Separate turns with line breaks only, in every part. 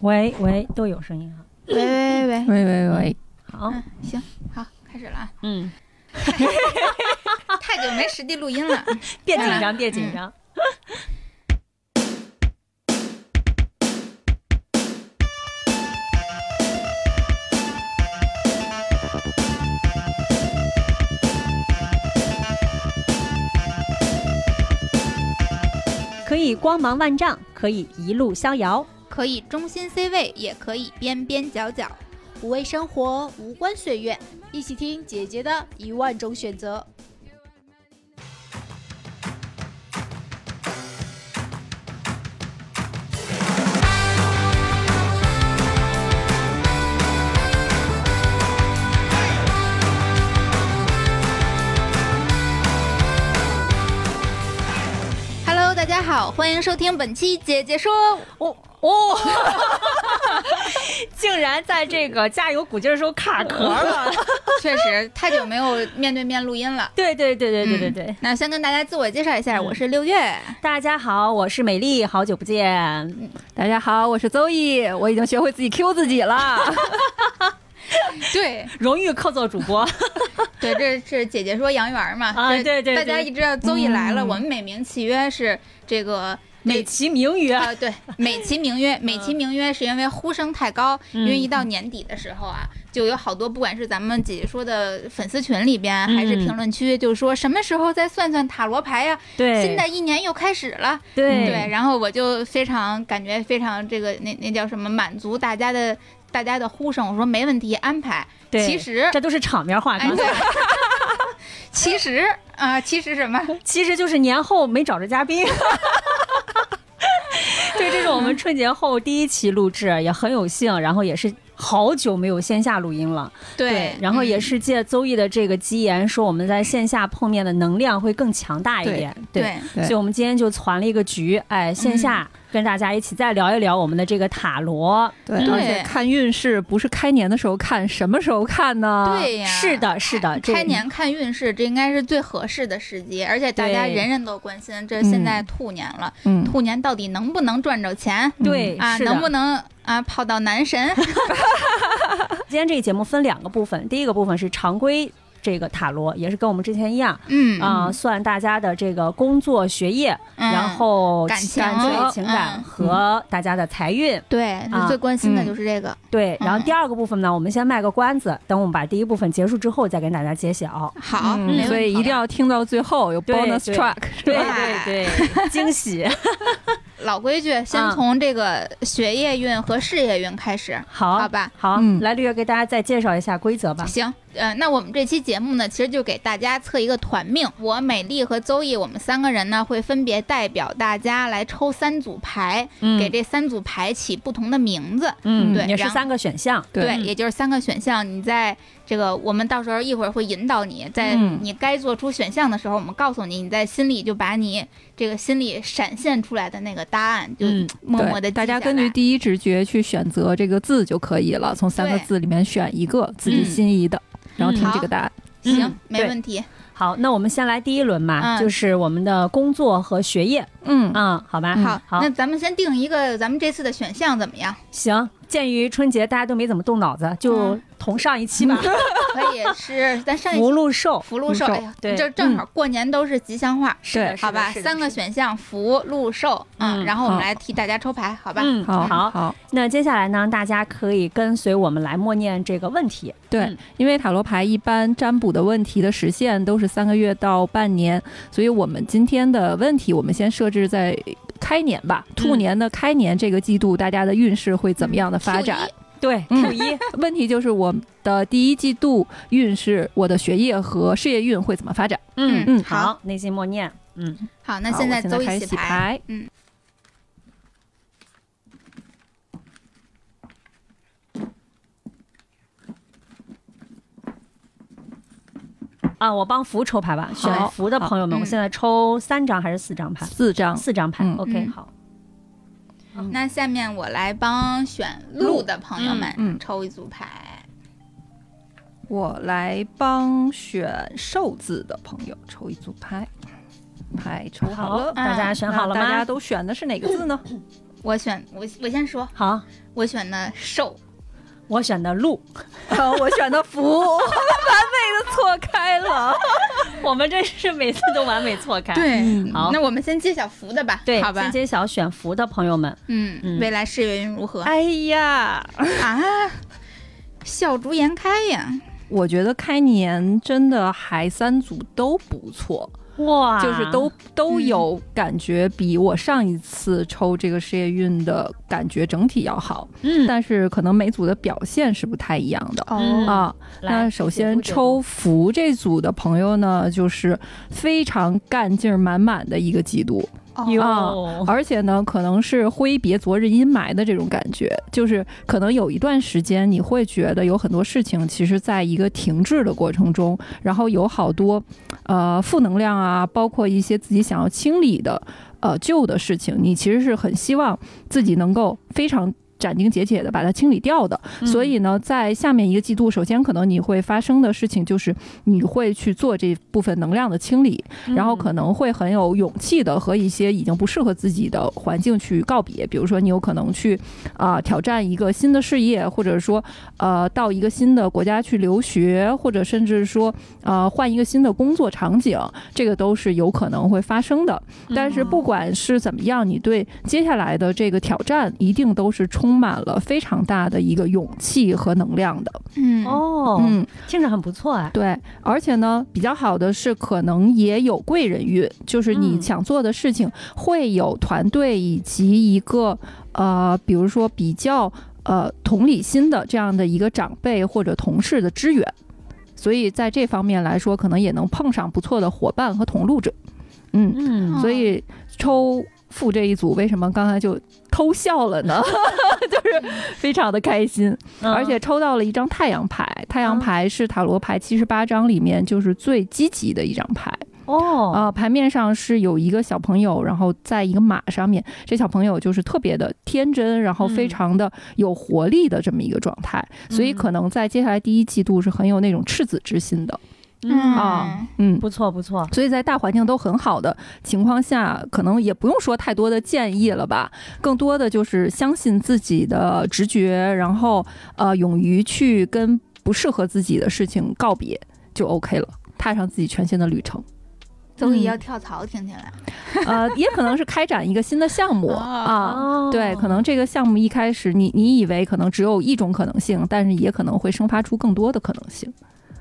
喂喂，都有声音啊。
喂喂喂，
喂喂喂，
好，
嗯，行，好，开始了啊！
嗯，
太久没实地录音了，
别紧张，别紧张。可以光芒万丈，可以一路逍遥。
可以中心 C 位，也可以边边角角。
无畏生活，无关岁月，一起听姐姐的一万种选择。
Hello，大家好，欢迎收听本期姐姐说，
哦哦， 竟然在这个加油鼓劲儿的时候卡壳 了。
确实太久没有面对面录音了。
对对对对对对对，
嗯那先跟大家自我介绍一下，
嗯
我是六月。
大家好，我是美丽，好久不见。
大家好，我是邹毅，我已经学会自己 Q 自己了。
对
荣誉客座主 播，
对，这是姐姐说杨元嘛？
啊
这
对对
大家
对
一知道邹毅来了，
嗯
我们美名其曰是这个
美嗯其名曰
啊，对，美其名曰，美其名曰是因为呼声太高，因
嗯
为一到年底的时候啊，就有好多不管是咱们姐姐说的粉丝群里边，还是
嗯
评论区，就说什么时候再算算塔罗牌呀、
对
新的一年又开始了。
嗯对
对，然后我就非常感觉非常这个那那叫什么满足大家的大家的呼声，我说没问题，安排。
对
其实
这都是场面话。
哎
刚才
对， 其实啊、其 实什么？
其实就是年后没找着嘉宾。 对，这是我们春节后第一期录制，也很有幸，然后也是好久没有线下录音了。然后也
是。
是借邹毅的这个机言，说我们在线下碰面的能量会更强大一点。
对，
对
所以我们今天就攒了一个局，哎，线下跟大家一起再聊一聊我们的这个塔罗。
对，
对
而且看运势不是开年的时候看，什么时候看呢？
对呀，
啊是的是的
开
这
开年看运势，这应该是最合适的时机，而且大家
对
人人都关心，这现在兔年了，
嗯，
兔年到底能不能赚着钱
对，
啊？
是的。
能不能啊泡到男神？
今天这个节目分两个部分，第一个部分是常规这个塔罗，也是跟我们之前一样
嗯，
啊、算大家的这个工作、学业，
嗯
然后
感情
对情感
嗯
和大家的财运。
对
啊，
最关心的
嗯
就是这个。
对，然后
嗯
第二个部分呢，我们先卖个关子，等我们把第一部分结束之后再跟大家揭晓。
好，
嗯
没问题
所以一定要听到最后，有
对
bonus
对
track。
对
哇
对 对，惊喜。
老规矩，先
嗯
从这个学业运和事业运开始。
好，
好吧，
好，
嗯
来绿月给大家再介绍一下规则吧。
行，呃，那我们这期节目呢，其实就给大家测一个团命。我美丽和邹毅，我们三个人呢，会分别代表大家来抽三组牌，
嗯
给这三组牌起不同的名字。
嗯，
对
也是
然后
三个选项。
对
对，也就是三个选项，你在这个我们到时候一会儿会引导你，在
嗯
你该做出选项的时候，我们告诉你，你在心里就把你这个心里闪现出来的那个答案，就
嗯
默默的
对大家根据第一直觉去选择这个字就可以了，从三个
对
字里面选一个自己心仪的，然后听这个答案。
嗯
行，没
对
问题。
好，那我们先来第一轮嘛，
嗯
就是我们的工作和学业。
嗯
嗯，好吧，
好，
好
那，咱们先定一个咱们这次的选项怎么样？
行。鉴于春节大家都没怎么动脑子，就
嗯
同上一期吧。
可以是 咱上一期
福禄寿，
福禄寿，
福寿
哎呀，
对
就正好过年都是吉祥话，
是的
对
是的
好吧？
是的
三个
是的
选项福禄寿，
嗯
嗯，然后我们
好
来替大家抽牌，好吧？
嗯，
好
好，
好，
那接下来呢，大家可以跟随我们来默念这个问题。
对
嗯，
因为塔罗牌一般占卜的问题的时限都是三个月到半年，所以我们今天的问题，我们先设置在开年吧，兔年的开年这个季度，大家的运势会
嗯
怎么样的发展？
对
嗯
，Q 一，
问题就是我的第一季度运势，我的学业和事业运会怎么发展？
嗯
嗯
好，内心默念，嗯，
好，那
好
现
我
在
现在
邹
开
一
始
起
洗
牌，
牌，
嗯。
啊，我帮福抽牌吧，选
好
福的朋友们，
好
我现在抽三张还是四张牌？
四张，
四张牌
嗯
，OK，
嗯
好，
那下面我来帮选
鹿
鹿的朋友
嗯
们
嗯
抽一组牌，
我来帮选寿字的朋友抽一组牌，牌抽好了。
嗯大家选好了
那大家
吗？
都选的是哪个字呢？
我选我我先说，
好，
我选的瘦，
我选的鹿。
好，啊我选的福， 我们完美的错开了。
我们真是每次都完美错开。，
对
好
嗯那我们先揭晓福的吧，
对，
好吧
先，揭晓选福的朋友们。嗯
嗯，未来事业运如何
哎呀，
啊？笑逐颜开呀，
我觉得开年真的还三组都不错，
哇，
就是都都有感觉比我上一次抽这个事业运的感觉整体要好，
嗯
但是可能每组的表现是不太一样的。
哦
嗯
啊，
来
那首先抽福这组的朋友呢，就是非常干劲儿满满的一个季度，
哦
哟、
啊而且呢，可能是挥别昨日阴霾的这种感觉，就是可能有一段时间你会觉得有很多事情其实在一个停滞的过程中，然后有好多呃负能量啊，包括一些自己想要清理的呃旧的事情，你其实是很希望自己能够非常。斩钉截铁的把它清理掉的，
嗯
所以呢，在下面一个季度，首先可能你会发生的事情就是你会去做这部分能量的清理，然
嗯
后可能会很有勇气的和一些已经不适合自己的环境去告别，比如说你有可能去啊、挑战一个新的事业，或者说呃到一个新的国家去留学，或者甚至说呃换一个新的工作场景，这个都是有可能会发生的。
嗯
但是不管是怎么样，你对接下来的这个挑战一定都是充满了非常大的一个勇气和能量的。
嗯
哦、
嗯，
听着很不错哎。
对，而且呢，比较好的是可能也有贵人运，就是你
嗯
想做的事情会有团队以及一个呃，比如说比较呃同理心的这样的一个长辈或者同事的支援。所以在这方面来说，可能也能碰上不错的伙伴和同路者。嗯，
嗯，
所以抽副这一组，为什么刚才就偷笑了呢？ 就是非常的开心。
嗯
而且抽到了一张太阳牌，太阳牌是塔罗牌七十八张里面就是最积极的一张牌。
哦，
啊，牌面上是有一个小朋友，然后在一个马上面，这小朋友就是特别的天真，然后非
嗯
常的有活力的这么一个状态，所以
嗯
可能在接下来第一季度是很有那种赤子之心的
嗯，
啊，嗯。
不错不错，
所以在大环境都很好的情况下，可能也不用说太多的建议了吧，更多的就是相信自己的直觉，然后呃，勇于去跟不适合自己的事情告别，就 OK 了。踏上自己全新的旅程，
邹毅要跳槽，听起来
呃，也可能是开展一个新的项 目
哦
啊，
哦，
对，可能这个项目一开始你你以为可能只有一种可能性，但是也可能会生发出更多的可能性，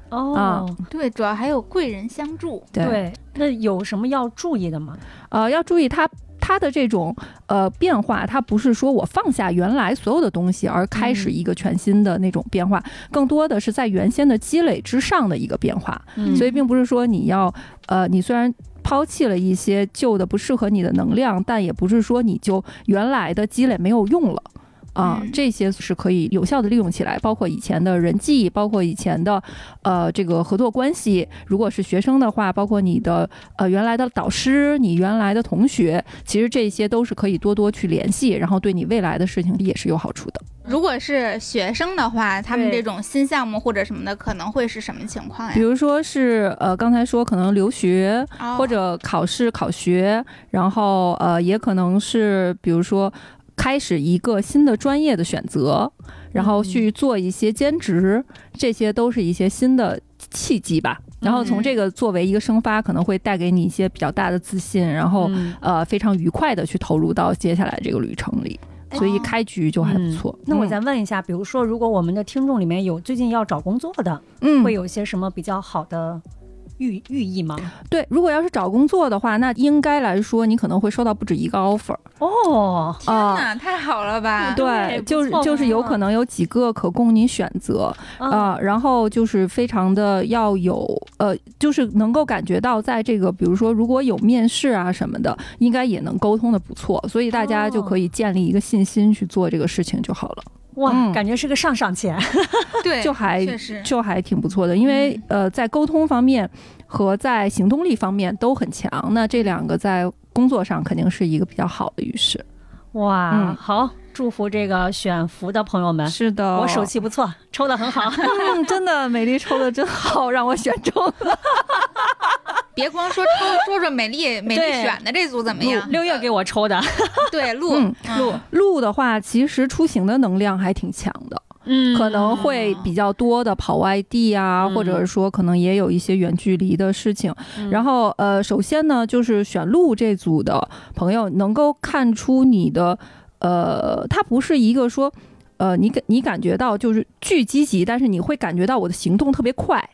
哦、
啊
对，主要还有贵人相助，
对
对，那有什么要注意的吗？
呃，要注意它它的这种呃变化，它不是说我放下原来所有的东西而开始一个全新的那种变化，更多的是在原先的积累之上的一个变化。
嗯
所以并不是说你要呃，你虽然。抛弃了一些旧的不适合你的能量，但也不是说你就原来的积累没有用了啊、
嗯
这些是可以有效的利用起来，包括以前的人际，包括以前的呃这个合作关系。如果是学生的话，包括你的呃原来的导师、你原来的同学，其实这些都是可以多多去联系，然后对你未来的事情也是有好处的。
如果是学生的话，他们
对
这种新项目或者什么的，可能会是什么情况
比
呀？
如说是呃刚才说可能留学，
哦
或者考试考学，然后呃，也可能是比如说开始一个新的专业的选择，
嗯
然后去做一些兼职，这些都是一些新的契机吧。然后
嗯
从这个作为一个生发，可能会带给你一些比较大的自信，然后、
嗯
呃非常愉快的去投入到接下来这个旅程里。所以开局就还不错。
哎那我
嗯
再问一下，比如说，如果我们的听众里面有最近要找工作的，
嗯
会有一些什么比较好的寓寓意吗？
对，如果要是找工作的话，那应该来说你可能会收到不止一个 offer
哦，
天
啊、
哪，太好了吧！
对
对，就是
哎不错
就是有可能有几个可供你选择
啊，
啊、然后就是非常的要有呃，就是能够感觉到在这个，比如说如果有面试啊什么的，应该也能沟通的不错，所以大家就
哦
可以建立一个信心去做这个事情就好了，
哇，
嗯
感觉是个上上 签，
对，
就还
确实，
就还挺不错的，因为
嗯
呃，在沟通方面和在行动力方面都很强，那这两个在工作上肯定是一个比较好的于是。
哇，
嗯
好，祝福这个选福的朋友们。
是的
我 手气不错， 抽的很好。
嗯，真的，美丽抽的真好，让我选中了。
别光说抽， 说说美丽美丽
对
选的这组怎
哎
么样？
六月给我抽的，
呃对鹿
嗯
鹿
鹿的话，其实出行的能量还挺强的，
嗯
可能会比较多的跑外地啊，
嗯
或者说可能也有一些远距离的事情。然后呃，首先呢，就是选路这组的朋友能够看出你的呃，它不是一个说呃，你感你感觉到就是巨积极，但是你会感觉到我的行动特别快、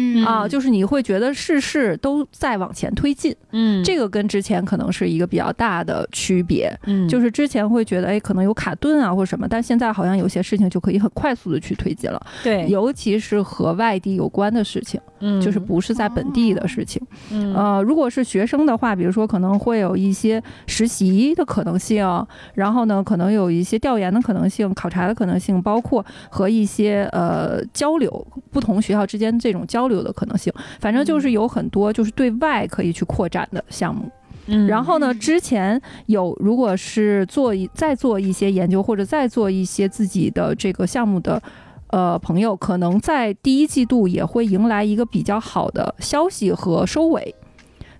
嗯
啊，就是你会觉得事事都在往前推进，
嗯
这个跟之前可能是一个比较大的区别。
嗯
就是之前会觉得，哎，可能有卡顿啊或者什么，但现在好像有些事情就可以很快速的去推进了，
对，
尤其是和外地有关的事情，
嗯
就是不是在本地的事情。
嗯
呃，如果是学生的话，比如说可能会有一些实习的可能性，然后呢，可能有一些调研的可能性、考察的可能性，包括和一些呃交流，不同学校之间这种交流的可能性，反正就是有很多就是对外可以去扩展的项目。
嗯
然后呢，
嗯
之前有如果是做一再做一些研究，或者再做一些自己的这个项目的。呃，朋友可能在第一季度也会迎来一个比较好的消息和收尾，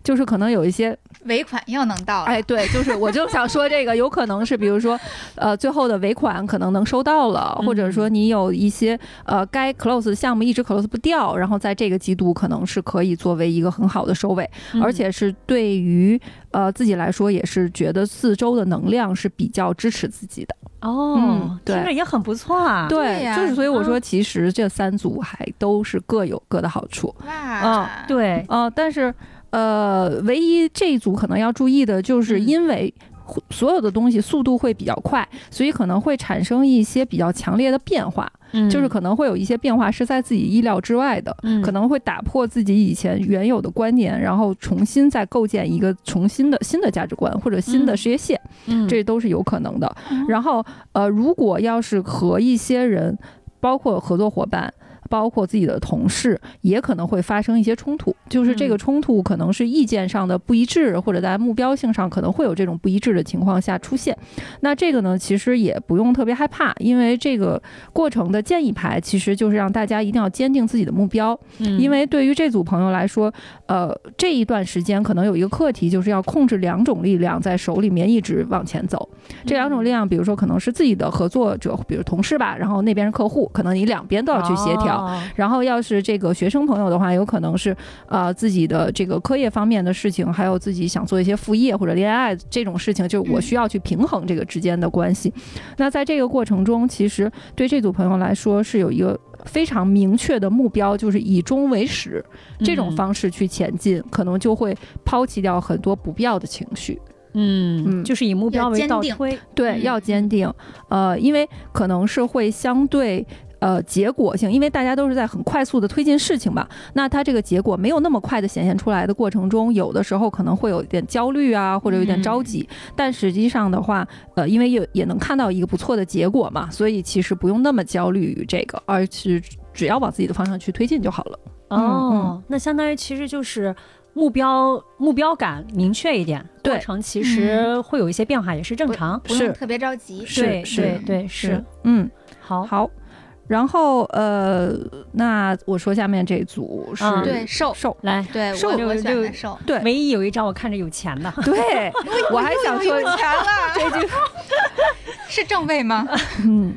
就是可能有一些，
尾款又能到了，
哎，对，就是我就想说这个，有可能是比如说，呃，最后的尾款可能能收到了，或者说你有一些呃该 close 的项目一直 close 不掉，然后在这个季度可能是可以作为一个很好的收尾。
嗯
而且是对于呃自己来说，也是觉得四周的能量是比较支持自己的。
哦
嗯，
听
对
着也很不错啊，
对呀
就是所以我说，其实这三组还都是各有各的好处。
哇，，
对，
呃，但是呃，唯一这一组可能要注意的就是，
嗯
因为。所有的东西速度会比较快，所以可能会产生一些比较强烈的变化，
嗯
就是可能会有一些变化是在自己意料之外的，
嗯
可能会打破自己以前原有的观念，然后重新再构建一个重新的新的价值观或者新的
嗯
事业线，
嗯
这都是有可能的。
嗯
然后呃，如果要是和一些人，包括合作伙伴。包括自己的同事，也可能会发生一些冲突，就是这个
嗯
冲突可能是意见上的不一致，或者在目标性上可能会有这种不一致的情况下出现。那这个呢，其实也不用特别害怕，因为这个过程的建议牌其实就是让大家一定要坚定自己的目标，
嗯
因为对于这组朋友来说，呃，这一段时间可能有一个课题，就是要控制两种力量在手里面一直往前走。这两种力量，比如说可能是自己的合作者，比如同事吧，然后那边是客户，可能你两边都要去协调。，
哦
然后，要是这个学生朋友的话，有可能是呃自己的这个课业方面的事情，还有自己想做一些副业或者恋爱这种事情，就是我
嗯
需要去平衡这个之间的关系。那在这个过程中，其实对这组朋友来说是有一个非常明确的目标，就是以终为始这
嗯
种方式去前进，可能就会抛弃掉很多不必要的情绪。
嗯，
嗯
就是以目标为
要
倒
坚定
推，
对，
嗯
要坚定。呃，因为可能是会相对。呃，结果性，因为大家都是在很快速的推进事情吧，那它这个结果没有那么快的显现出来的过程中，有的时候可能会有一点焦虑啊，或者有点
嗯
着急，但实际上的话，呃，因为也也能看到一个不错的结果嘛，所以其实不用那么焦虑于这个，而是只要往自己的方向去推进就好了。嗯
哦，那相当于其实就是目标目标感明确一点，
对嗯
过程其实会有一些变化，也是正常。
不用
是
特别着急，
是
对对对，是，
嗯，
好，
好，然后呃，那我说下面这组是、
嗯
对瘦，
瘦，
来，
对
瘦
我我
就
选
就
的瘦，
对
唯一有一张我看着有钱的，
对，我还想说，
钱了， 这句是正位吗？
嗯，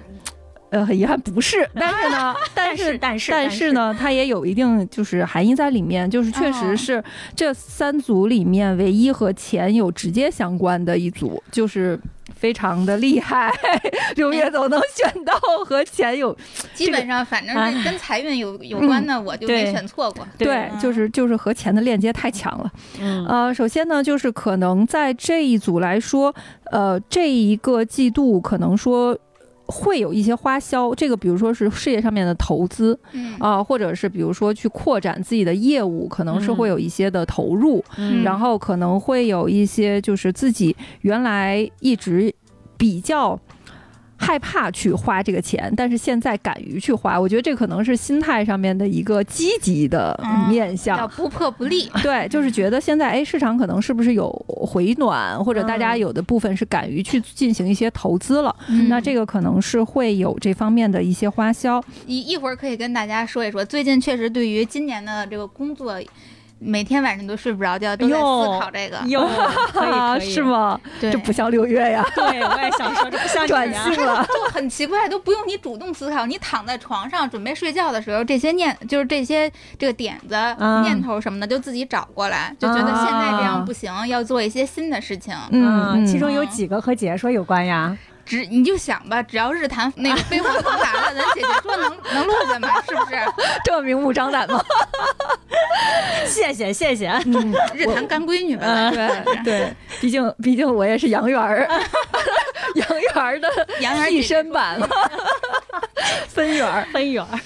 呃，很遗憾不是，但是呢， 但
但
是。
但是
但是，呢，它也有一定就是含义在里面，就是确实
哦
是这三组里面唯一和钱有直接相关的一组，就是非常的厉害， 刘月总能选到和钱有
基本上反正
哎
是跟财运有有关
嗯
的，我就
对
没选错过。
对
对，就是就是和钱的链接太强了。
嗯
呃，首先呢，就是可能在这一组来说，呃，这一个季度可能说。会有一些花销，这个比如说是事业上面的投资
嗯，
啊、或者是比如说去扩展自己的业务，可能是会有一些的投入，
嗯
然后可能会有一些就是自己原来一直比较害怕去花这个钱，但是现在敢于去花，我觉得这可能是心态上面的一个积极的
嗯
面向，
要不破不立。
对，就是觉得现在哎，市场可能是不是有回暖，或者大家
嗯
有的部分是敢于去进行一些投资了，那
嗯
这个可能是会有这方面的一些花销。
一一会儿可以跟大家说一说，最近确实对于今年的这个工作。每天晚上都睡不着觉，都在思考这个。
有可以
啊，
可以
是？吗？
对，
哎这不像六月呀，
对，我也想说，这不 像
转
你啊
性了。
就很奇怪，都不用你主动思考，你躺在床上准备睡觉的时候，这些念就是这些这个点子、
啊
嗯
念头什么的，就自己找过来，就觉得现在这样不行，要做一些新的事情。
嗯，其
啊中
中有几个和姐说有关 呀？
只你就想吧，只要日坛那个飞黄腾达了，咱姐姐说能能录下吗？是不是？
这明目张胆吗？
谢谢谢 谢，
嗯，
日坛干闺女吧，
对对，毕竟毕竟我也是杨元儿， 杨元儿的
杨元儿
替
姐姐
身版嘛，分元儿。
分远儿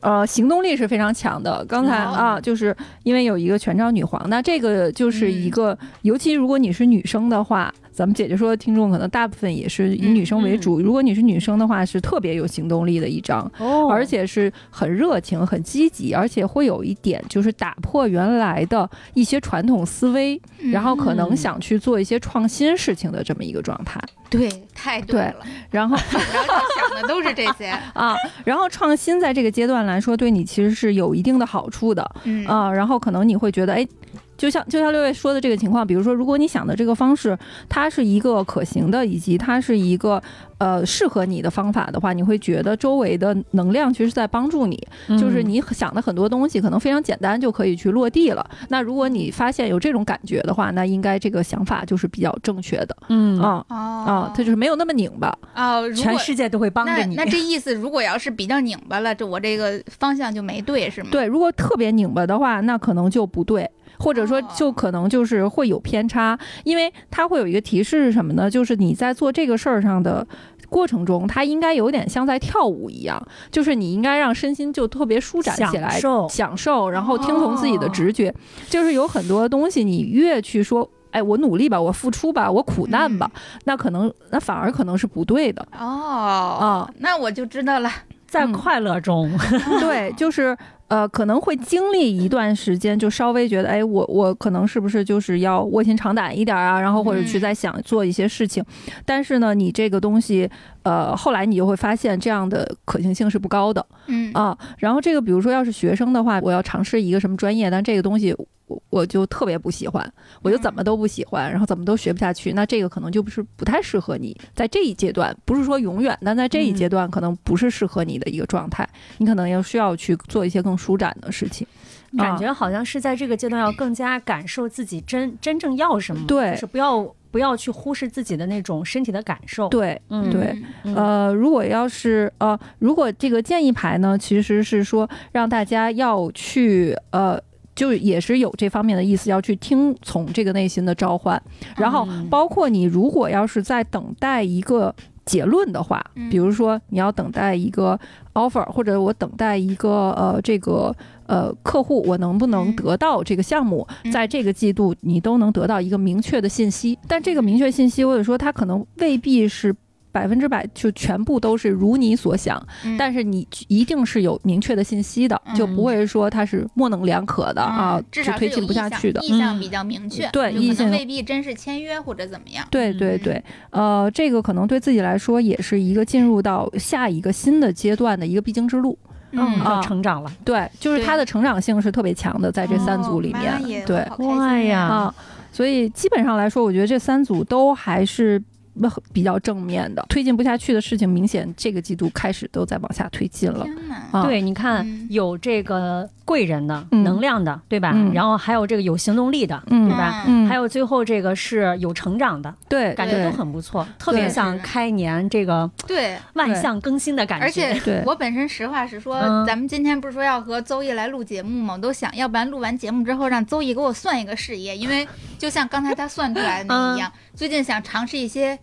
呃，行动力是非常强的。刚才
哦
啊，就是因为有一个全招女皇，那这个就是
嗯
一个，尤其如果你是女生的话，咱们姐姐说的听众可能大部分也是以
嗯
女生为主。如果你是女生的话，是特别有行动力的一章，
哦
而且是很热情、很积极，而且会有一点就是打破原来的一些传统思维，
嗯
然后可能
嗯
想去做一些创新事情的这么一个状态。
对，太对了，
然后
然后就想的都是这 些，
啊，然后创新在这个阶段来说，对你其实是有一定的好处的。
嗯
啊，然后可能你会觉得，哎，就像就像六月说的这个情况，比如说，如果你想的这个方式，它是一个可行的，以及它是一个呃适合你的方法的话，你会觉得周围的能量其实是在帮助你，
嗯
就是你想的很多东西可能非常简单就可以去落地了。那如果你发现有这种感觉的话，那应该这个想法就是比较正确的
嗯
啊。
哦
啊，它就是没有那么拧巴，
哦，如
全
果
世界都会帮着
那
你。
那这意思，如果要是比较拧巴了，这我这个方向就没对是吗？
对，如果特别拧巴的话，那可能就不对，或者说
哦
就可能就是会有偏差，因为它会有一个提示是什么呢？就是你在做这个事儿上的。过程中，它应该有点像在跳舞一样，就是你应该让身心就特别舒展
享
起来，嗯
受
享受，然后听从自
哦
己的直觉。就是有很多东西，你越去说，哎，我努力吧，我付出吧，我苦难吧，
嗯
那可能那反而可能是不对的。啊
哦，那我就知道了。
在
嗯
快乐中，
对，就是呃，可能会经历一段时间，就稍微觉得，哎，我我可能是不是就是要卧薪尝胆一点儿啊，然后或者去
嗯
再想做一些事情。但是呢，你这个东西，呃，后来你就会发现这样的可行性是不高的
嗯，
啊。然后这个，比如说要是学生的话，我要尝试一个什么专业，但这个东西。我我就特别不喜欢，我就怎
嗯
么都不喜欢，然后怎么都学不下去。那这个可能就不是不太适合你，在这一阶段，不是说永远，但在这一
嗯
阶段可能不是适合你的一个状态。你可能要需要去做一些更舒展的事情。嗯啊
感觉好像是在这个阶段要更加感受自己真真正要什么，
对
就是不要不要去忽视自己的那种身体的感受。，
对，
嗯，
对呃，如果要是呃，如果这个建议牌呢，其实是说让大家要去呃。就也是有这方面的意思，要去听从这个内心的召唤，然后
嗯
包括你如果要是在等待一个结论的话，
嗯
比如说你要等待一个 offer，或者我等待一个呃这个呃客户，我能不能
嗯
得到这个项目，
嗯
在这个季度你都能得到一个明确的信息，但这个明确信息或者说它可能未必是。百分之百就全部都是如你所想，
嗯
但是你一定是有明确的信息的，就不会说它是模棱两可的、
嗯
啊，
至
是
少是
推
有
进不
意
下
向
去的。
意向
嗯
比较明确，
对
就
意
可
向
能未必真是签约或者怎么样。
对对
嗯
对，呃，这个可能对自己来说也是一个进入到下一个新的阶段的一个必经之路。
嗯，
啊
要成长了。
对，就是
对
它的成长性是特别强的，在这三
哦
哦
组里面，对
哇呀
啊，所以基本上来说，我觉得这三组都还是呃比较正面的。推进不下去的事情，明显这个季度开始都在往下推进
嗯
了
天哪！
啊。
对，你看、
嗯
有这个贵人的、
嗯
能量的，对吧、
嗯
然后还有这个有行动力的，
嗯
对吧？
嗯
嗯，
还有最后这个是有成长的，
对，
感觉
对
都很不错，特别
对
像开年这个
对，
万象更新的感觉。
而且
对
我本身实话实说
嗯，
咱们今天不是说要和邹毅来录节目吗？我都想要不然录完节目之后让邹毅给我算一个事业，因为 就像刚才他算出来的那一样，最近想尝试一些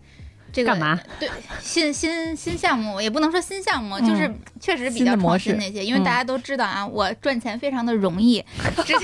这
嗯
个
干嘛？
对，新新新项目也不能说新项目，就是
嗯
确实比
新
较
的模
创
式
新那些，因为大家都知道啊，我赚钱非常的容易，之前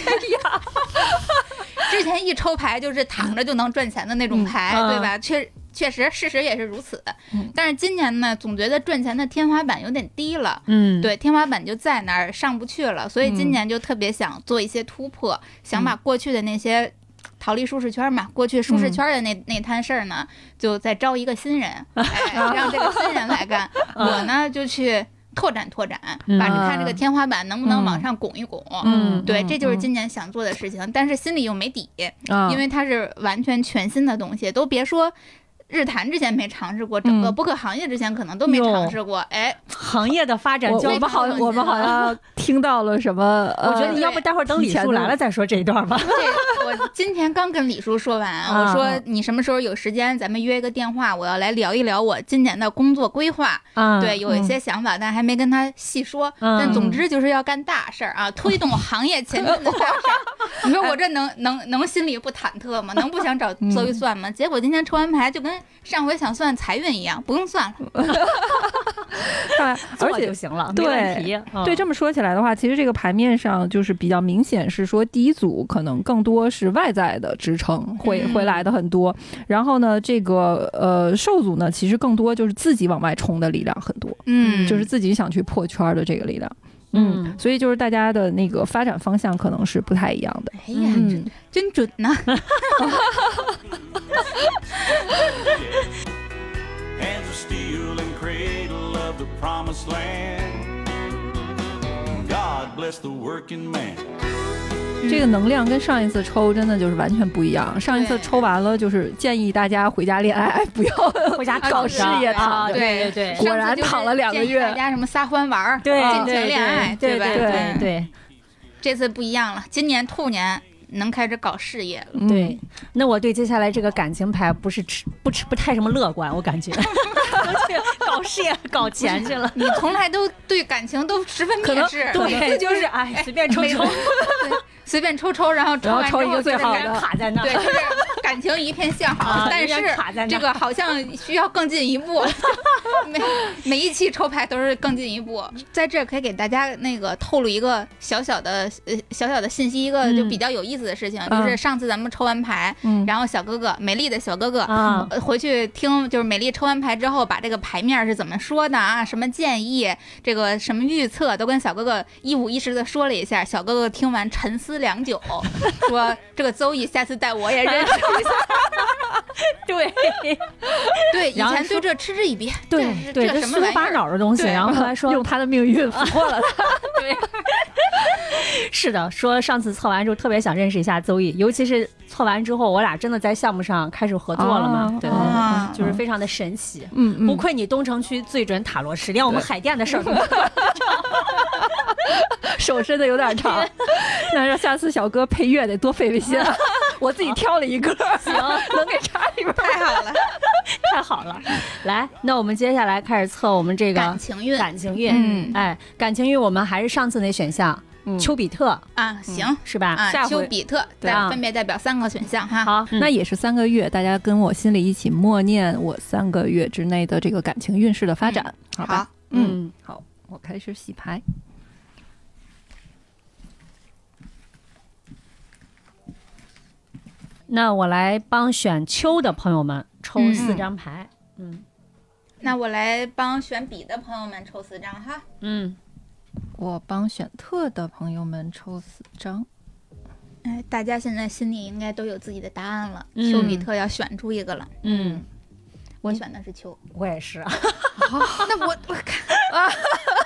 之前一抽牌就是躺着就能赚钱的那种牌，
嗯
对吧？确确实事实也是如此
嗯，
但是今年呢，总觉得赚钱的天花板有点低了。
嗯，
对，天花板就在那儿上不去了，所以今年就特别想做一些突破，想
嗯
把过去的那些逃离舒适圈嘛，过去舒适圈的那、那摊事儿 呢，就再招一个新人，哎，让这个新人来干。我呢就去拓展拓展，
嗯
把你看这个天花板能不能往
嗯
上拱一拱。
嗯嗯
对，这就是今年想做的事情，但是心里又没底，
啊，
因为它是完全全新的东西，都别说。日坛之前没尝试过，整个
嗯
播客行业之前可能都没
哟
尝试过。哎，
行业的发展
我
就
我
非
们
常
好，
有
我
钱
们好 像听到了什么？
我觉得
呃
你要不待会儿等李叔来了再说这一段吧。
这我今天刚跟李叔说完，
啊
我说你什么时候有时间，咱们约一个电话，我要来聊一聊我今年的工作规划。
啊，
嗯
对，，有一些想法，但还没跟他细说。
嗯
但总之就是要干大事儿啊，推动行业前进的大事 儿。你
哎
说我这能能能心里不忐忑吗？能不想找
嗯
周一算吗？结果今天抽完牌就跟上回想算财运一样，不用算了。
看来而
做
且
就行了，
对
没问题。嗯
对，这么说起来的话，其实这个牌面上就是比较明显是说，第一组可能更多是外在的支撑会
嗯
会来的很多，然后呢，这个呃受组呢，其实更多就是自己往外冲的力量很多，
嗯，
就是自己想去破圈儿的这个力量。
嗯
所以就是大家的那个发展方向可能是不太一样的。
哎呀，
嗯，
真准呐、
hands of steel and cradle of the promised land. God bless the working man.
这个能量跟上一次抽真的就是完全不一样。上一次
对
抽完了，就是建议大家回家恋爱，哎不要
回家
搞
躺
事
着
业
啊
躺着
对对
果然
上次就是
躺了两个
建议
月
大家什么撒欢玩儿，
对，
尽
对
情恋爱，
对
吧？嗯
对对对
这次不一样了，今年兔年能开始搞事业了。
嗯
对。那我对接下来这个感情牌不是吃不吃不太什么乐观，我感觉去搞事业搞钱去了。
你从来都对感情都十分
可
蔑
能
视，
对，
这
这
就
就是哎，随便抽
没
抽，
随便抽抽，然后抽
然后
完
抽
之
一个
后
最
就是
好
人
的
卡在那儿
对，就是感情一片向好
啊，
但
有点
是
卡在那
这
儿
个好像需要更进一 步。每每一期抽牌都是更进一步，嗯在这儿可以给大家那个透露一个小小的呃小小的信息，一个
嗯
就比较有意思的事情，就是上次咱们抽完牌，
嗯
然后小哥哥美丽的小哥哥。
啊。
呃回去听，就是美丽抽完牌之后，把这个牌面是怎么说的啊？什么建议，这个什么预测，都跟小哥哥一五一十的说了一下。小哥哥听完沉思良 久，说：“这个邹毅下次带我也认识一下。
对
对，以
然后
前对这嗤之以鼻，
对
这
对，
这
这
什
虚
么
头
玩意
巴
儿？
脑的东西，
对
然后后来说
用他的命运俘获了他。
是的，说上次测完之后特别想认识一下邹毅，尤其是测完之后，我俩真的在项目上开始合作了嘛，
啊
对对对，
啊
就是非常的神奇。
嗯嗯
不愧你东城区最准塔罗师，连我们海淀的事儿 都
手伸的有点长， 那让下次小哥配乐得多费费心啊。我自己挑了一个，行， 能给插里边儿。
太好了，
太好了。来，那我们接下来开始测我们 这
感
个
情运
感情运。
嗯
哎，感情运我们还是上次那选项，
嗯
丘比特
啊，行
是吧？
啊，
下
丘
回
比特，
嗯对啊
再分别代表三个选项哈。
好，
啊那也是三个月，大家跟我心里一起默念我三个月之内的这个感情运势的发展，好吧？
好，
嗯，
嗯，
好，我开始洗牌。
那我来帮选丘的朋友们抽
嗯
四张牌。嗯
那我来帮选笔的朋友们抽四张哈。
嗯，
我帮选特的朋友们抽四张，
哎，大家现在心里应该都有自己的答案了。
嗯
丘比特要选出一个了，
嗯，
我选的是丘。
我也是。
那我我看啊，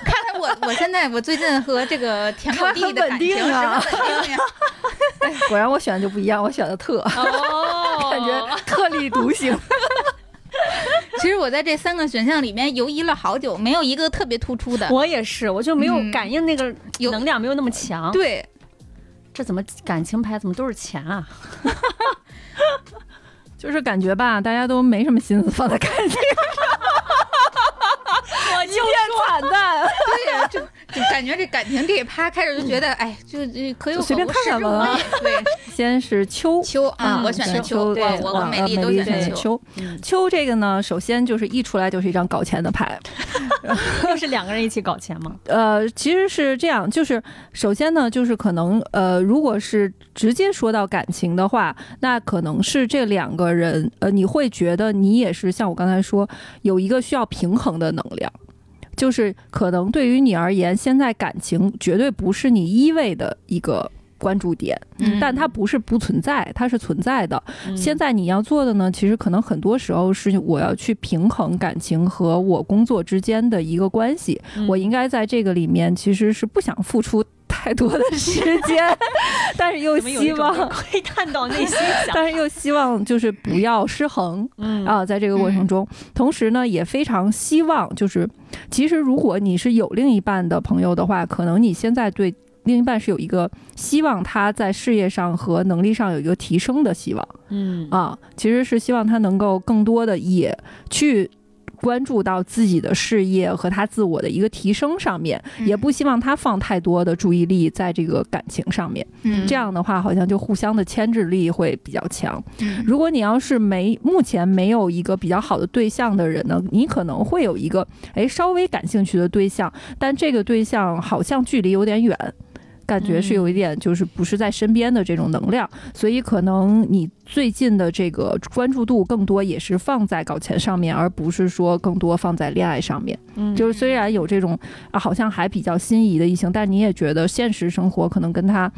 看来我我现在我最近和这个田宝弟的感情十
看来很稳定啊
分稳定呀。
哎，果然我选的就不一样，我选的特，
哦，
感觉特立独行。
其实我在这三个选项里面犹疑了好久，没有一个特别突出的。
我也是，我就没有
嗯
感应那个
有
能量没有那么强。
对，
这怎么感情牌怎么都是钱啊？
就是感觉吧，大家都没什么心思放在感情，
我就
惨淡，
对呀、就就感觉这感情这一趴开始就觉得，哎，就就可有
随
可
便
无，
看
是
看吧
非。对，
先是秋。
秋 啊，
嗯
我选的
对
秋，
对
我我
呃
和美丽都
丽
选
选
的秋。
的秋。
嗯
秋这个呢，首先就是一出来就是一张搞钱的牌，
又是两个人一起搞钱吗？
呃，其实是这样，就是首先呢，就是可能呃，如果是直接说到感情的话，那可能是这两个人，呃，你会觉得你也是像我刚才说，有一个需要平衡的能量。就是可能对于你而言，现在感情绝对不是你一味的一个关注点，
嗯
但它不是不存在，它是存在的。
嗯
现在你要做的呢，其实可能很多时候是我要去平衡感情和我工作之间的一个关系。
嗯
我应该在这个里面其实是不想付出太多的时 间，但是又
怎么有一
希
种
望，
窥探到内心想，
但是又希望就是不要失衡。
嗯
啊，在这个过程中，同时呢，也非常希望，就是其实如果你是有另一半的朋友的话，可能你现在对另一半是有一个希望他在事业上和能力上有一个提升的希望
嗯
啊，其实是希望他能够更多的也去。关注到自己的事业和他自我的一个提升上面，也不希望他放太多的注意力在这个感情上面。
嗯
这样的话，好像就互相的牵制力会比较强。
嗯
如果你要是没目前没有一个比较好的对象的人呢，你可能会有一个哎稍微感兴趣的对象，但这个对象好像距离有点远。感觉是有一点，就是不是在身边的这种能量，所以可能你最近的这个关注度更多也是放在搞钱上面，而不是说更多放在恋爱上面。
嗯
就是虽然有这种啊，好像还比较心仪的异性，但你也觉得现实生活可能跟他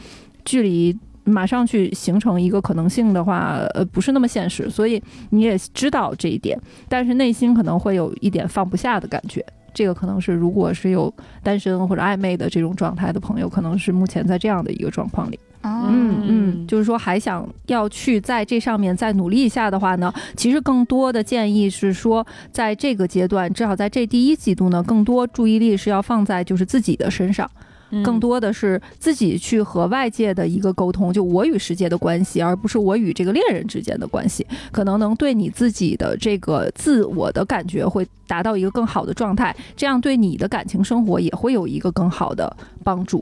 距离马上去形成一个可能性的话，呃，不是那么现实，所以你也知道这一点，但是内心可能会有一点放不下的感觉。这个可能是，如果是有单身或者暧昧的这种状态的朋友，可能是目前在这样的一个状况里。
哦
嗯
嗯
嗯，就是说还想要去在这上面再努力一下的话呢，其实更多的建议是说，在这个阶段，至少在这第一季度呢，更多注意力是要放在就是自己的身上，
嗯
更多的是自己去和外界的一个沟通，就我与世界的关系，而不是我与这个恋人之间的关系，可能能对你自己的这个自我的感觉会达到一个更好的状态，这样对你的感情生活也会有一个更好的帮助。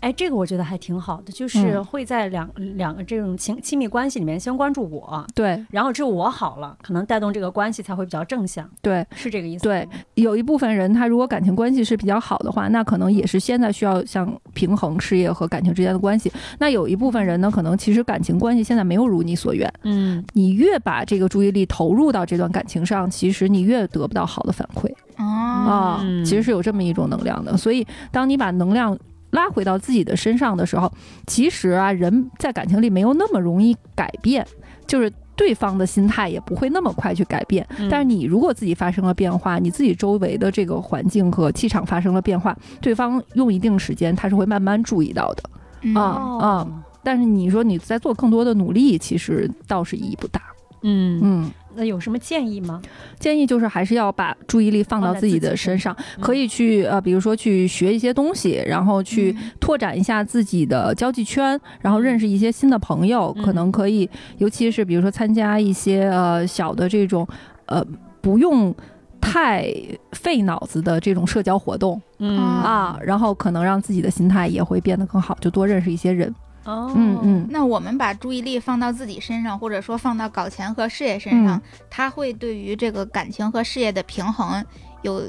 哎，这个我觉得还挺好的，就是会在两、两个这种亲亲密关系里面先关注我，
对
然后只有我好了，可能带动这个关系才会比较正向，
对，
是这个意思吗？
对，有一部分人，他如果感情关系是比较好的话，那可能也是现在需要像平衡事业和感情之间的关系。那有一部分人呢，可能其实感情关系现在没有如你所愿，
嗯
你越把这个注意力投入到这段感情上，其实你越得不到好的反馈
哦，
啊、
嗯
其实是有这么一种能量的。所以，当你把能量拉回到自己的身上的时候，其实啊，人在感情里没有那么容易改变，就是。对方的心态也不会那么快去改变，
嗯
但是你如果自己发生了变化，你自己周围的这个环境和气场发生了变化，对方用一定时间他是会慢慢注意到的。
嗯
啊
哦
但是你说你在做更多的努力，其实倒是意义不大。
嗯，
嗯，
那有什么建议吗？
建议就是还是要把注意力放
放
到
在
自己
自己
的
身
身上，
嗯
可以去呃，比如说去学一些东西，然后去
嗯
拓展一下自己的交际圈，然后认识一些新的朋友，
嗯
可能可以，尤其是比如说参加一些呃小的这种呃不用。太费脑子的这种社交活动
嗯
啊，然后可能让自己的心态也会变得更好，就多认识一些人。
哦
嗯嗯，
那我们把注意力放到自己身上，或者说放到搞钱和事业身上，它会对于这个感情和事业的平衡有